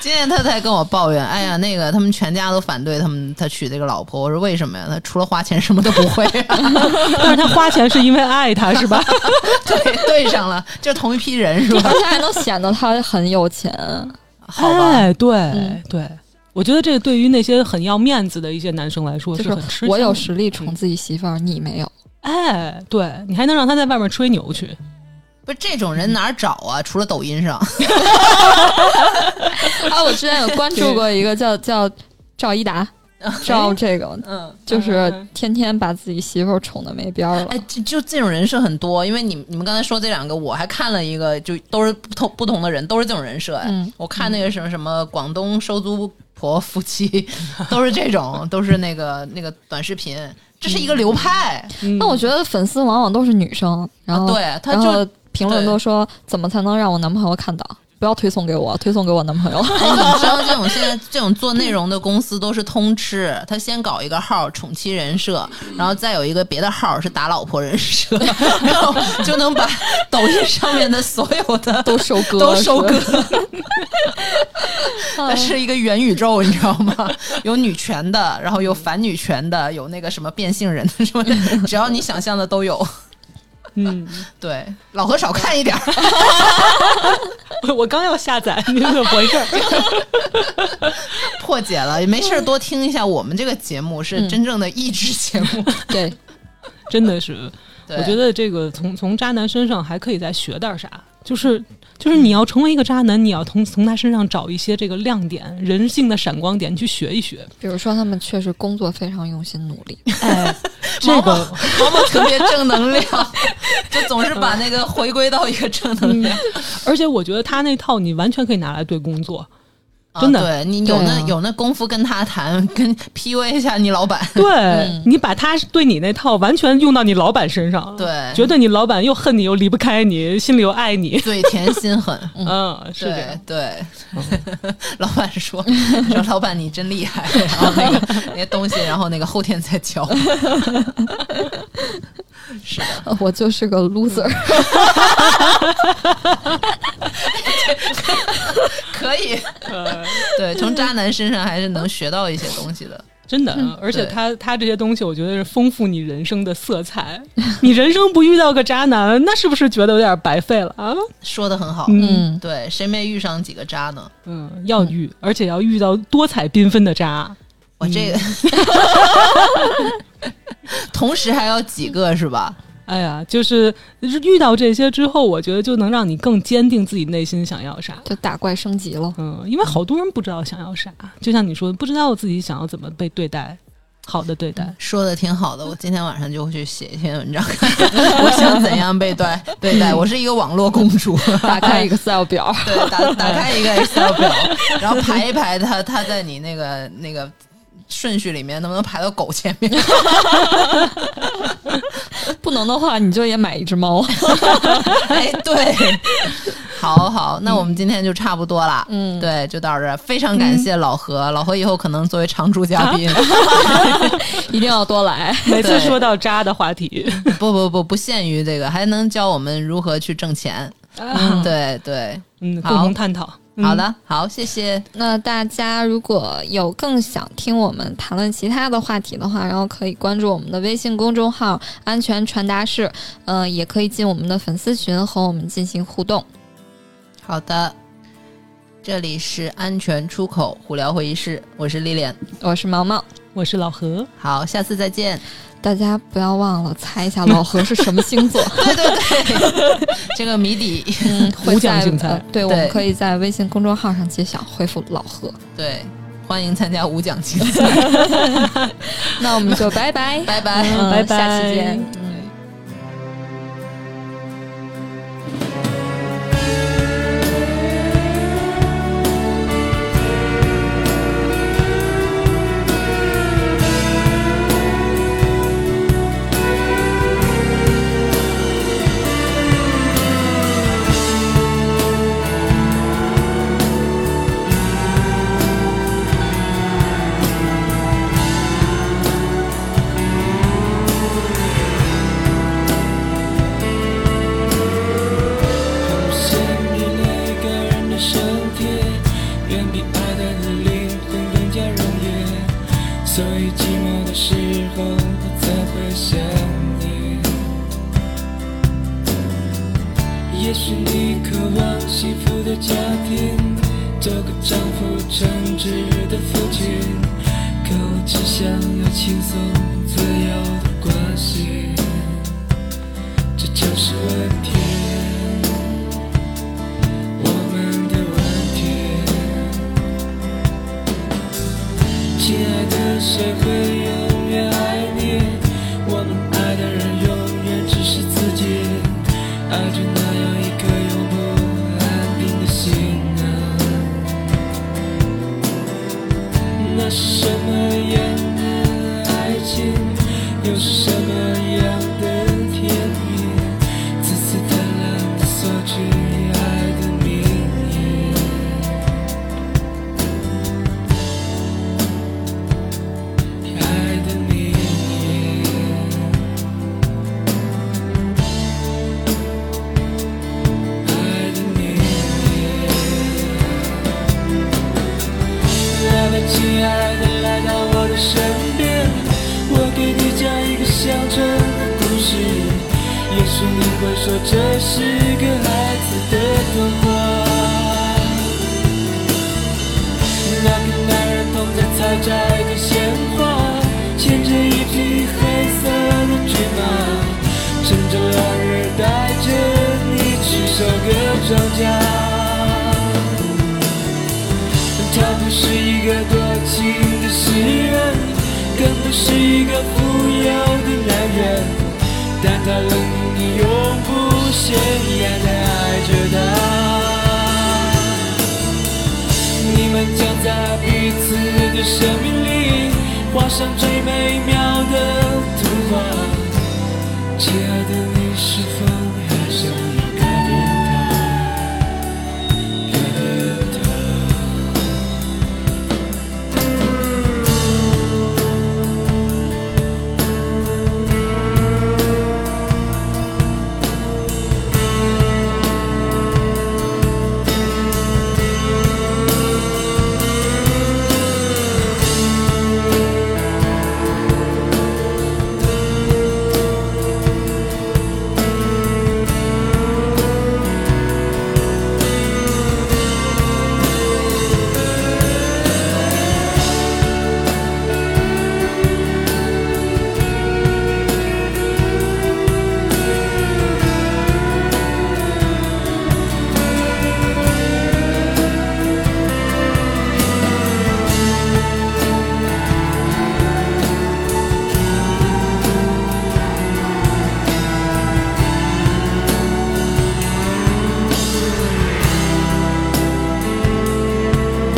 今天他才跟我抱怨，哎呀，那个他们全家都反对他们他娶这个老婆。我说为什么呀？他除了花钱什么都不会、
但是她花钱是因为爱他，是吧？
对，对上了，就同一批人是 吧
而？且还能显得他很有钱。
好吧，
哎，对、
嗯
对，我觉得这对于那些很要面子的一些男生来说
就是
很吃
我
惊
有
的
实力宠自己媳妇儿，你没有。
哎，对你还能让他在外面吹牛去？
不是这种人哪儿找啊？除了抖音上，
啊，我之前有关注过一个叫叫赵一 达，赵这个
嗯，
就是天天把自己媳妇儿宠的没边儿了
哎，。就就这种人设很多，因为你你们刚才说这两个，我还看了一个，就都是不同不同的人，都是这种人设。哎，
嗯
我看那个什么什么广东收租婆夫妻，都是这种，都是那个那个短视频，这是一个流派。
嗯
那我觉得粉丝往往都是女生，然后、
啊、对，他
然
就
后评论都说怎么才能让我男朋友看到？不要推送给我，推送给我男 朋友。
哎，你知道这种现在这种做内容的公司都是通吃，他先搞一个号宠妻人设，然后再有一个别的号是打老婆人设，然后就能把抖音上面的所有的
都收割，
都收割
是。 吧
它是一个元宇宙，你知道吗？ 有女权的，然后有反女权的，有那个什么变性人的什么的，只要你想象的都有。
嗯，
对，老何少看一点儿。
嗯 我我刚要下载，你怎么回事？
破解了，也没事儿多听一下我们这个节目，是
嗯
真正的益智节目。
对，
真的是，
对
我觉得这个从从渣男身上还可以再学点啥，就是。就是你要成为一个渣男，你要从从他身上找一些这个亮点、人性的闪光点，你去学一学。
比如说他们确实工作非常用心努力，
哎， 这
毛毛
个
毛毛特别正能量， 就总是把那个回归到一个正能量。
而且我觉得他那套你完全可以拿来对工 作，
啊
真的
对你有
对
那
啊
有那功夫跟他谈，跟 PUA 一下你老板。
对、
嗯
你把他对你那套完全用到你老板身上，
对
觉得你老板又恨你又离不开你，心里又爱你，
嘴甜心狠，
嗯，是这
对
样，嗯
对， 老板说说老板你真厉害，然后那个那些东西，然后那个后天再 交。是的，
我就是个 loser。
可以，
呃，
对，从渣男身上还是能学到一些东西的。
真的，而且
嗯对
他他这些东西，我觉得是丰富你人生的色彩。你人生不遇到个渣男，那是不是觉得有点白费了啊？
说的很好，
嗯
嗯，
对，谁没遇上几个渣呢？
嗯，要遇，而且要遇到多彩缤纷的渣。
我
嗯
这个，同时还要几个是吧？
哎呀，就是遇到这些之后，我觉得就能让你更坚定自己内心想要啥。
就打怪升级了。
嗯，因为好多人不知道想要啥，就像你说，不知道自己想要怎么被对待，好的对待。
说的挺好的，我今天晚上就会去写一 篇文章，我想怎样被对对待。我是一个网络公主，
打开 Excel 表，
对，打打开一个 Excel 表，然后排一排它，它在你那个那个顺序里面能不能排到狗前 面？
不能的话你就也买一只猫。
哎，对，好好，那我们今天就差不多啦。
嗯
对，就到这儿。非常感谢老何，老何以后可能作为常驻嘉 宾，
一定要多来。
每次
对
说到渣的话题，
不不不，不限于
啊
这个，还能教我们如何去挣钱。对对，
嗯，
好
共同探讨。嗯
好
嗯
了，好，谢谢。
那大家如果有更想听我们谈论其他的话题的话，然后可以关注我们的微信公众号“安全传达室”，呃，也可以进我们的粉丝群和我们进行互动。
好的，这里是安全出口互聊会议室，我是丽莲。
我是毛毛，
我是老何，
好，下次再见。
大家不要忘了猜一下老何是什么星 座。
对对对，这个谜底，
嗯，会
无奖
在
竞猜
呃对，我
对
们可以在微信公众号上揭晓，回复老何。
对，欢迎参加无奖竞赛，
那我们就拜拜，
拜拜。
嗯
拜
下期
拜
见。
伸着那个人的身体，远比爱他的灵魂更加容易，所以寂寞的时候我才会想你。也许你渴望幸福的家庭，做个丈夫称职的父亲，可我只想要轻松自由的关系，这就是问题。我们的问题，亲爱的，谁会永远爱你？我们爱的人永远只是自己，爱着那样一颗永不安定的心啊！那是什么样的爱情？又是什么样的甜蜜？自私贪婪的索取爱的名义。爱的名义，爱的名义。来吧，亲爱的，来到我的身边，我给你讲一个乡村的故事。也许你会说这是个孩子的童话。那个男人捧着采摘的鲜花，牵着一匹黑色的骏马，乘着落日带着你去收割庄稼。他不是一个多情的诗人，更不是一个富有的男人，但他仍永不显眼的爱着她。你们将在彼此的生命里画上最美妙的图画。亲爱的，你是否还想要改变它？改变它。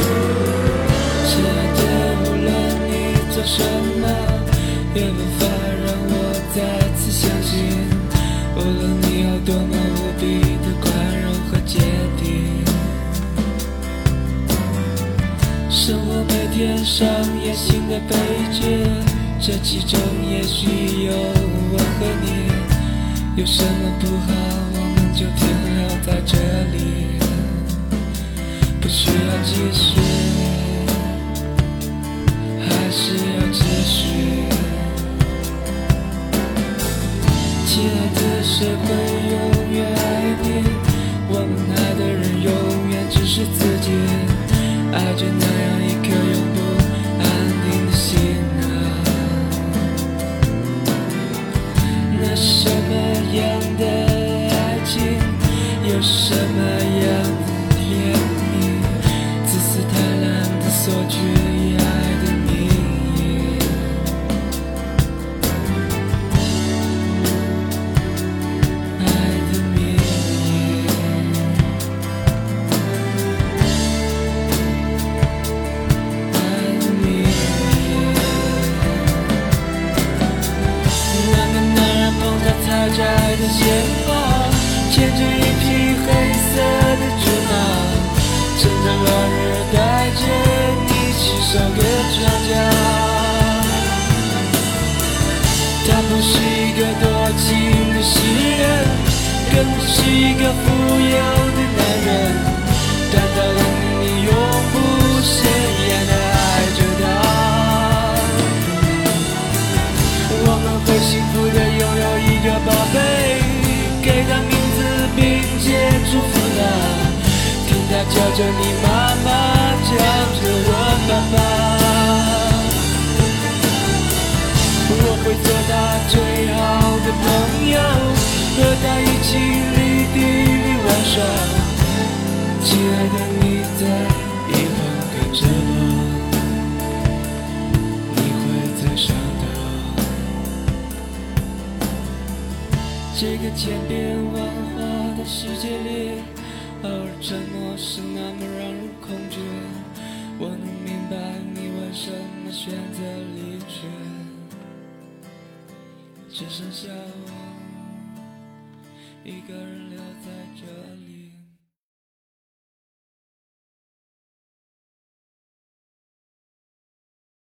亲爱的，无论你做什么，也无法让我再次相信。无论你有多么无比的宽容和坚定，生活每天上演新的悲剧，这其中也许有我和你。有什么不好，我们就停留在这里。不需要继续，还是要继续？亲爱的，谁会永远爱你？我们爱的人永远只是自己，爱着那样一颗永不安定的心啊。那什么样的爱情，有什么样的甜蜜？自私贪婪的索取爱的名义。爱的名义。爱的名义。那个男人捧着采摘的鲜花，牵着一匹黑色的骏马，乘着落日带着你去收割庄稼。他不是一个多情的诗人，更不是一个富有的男人，但他令你永不显眼的爱着他。我们会幸福的拥有一个宝贝，给他名字并且祝福他，听他叫着你妈妈，叫着我爸爸。我会做他最好的朋友，和他一起绿地里玩耍。亲爱的，你在一旁看着我，你会再上当。这个千变万化的世界里，偶尔沉默是那么让人恐惧。我能明白你为什么选择离去，只剩下我一个人留在这里。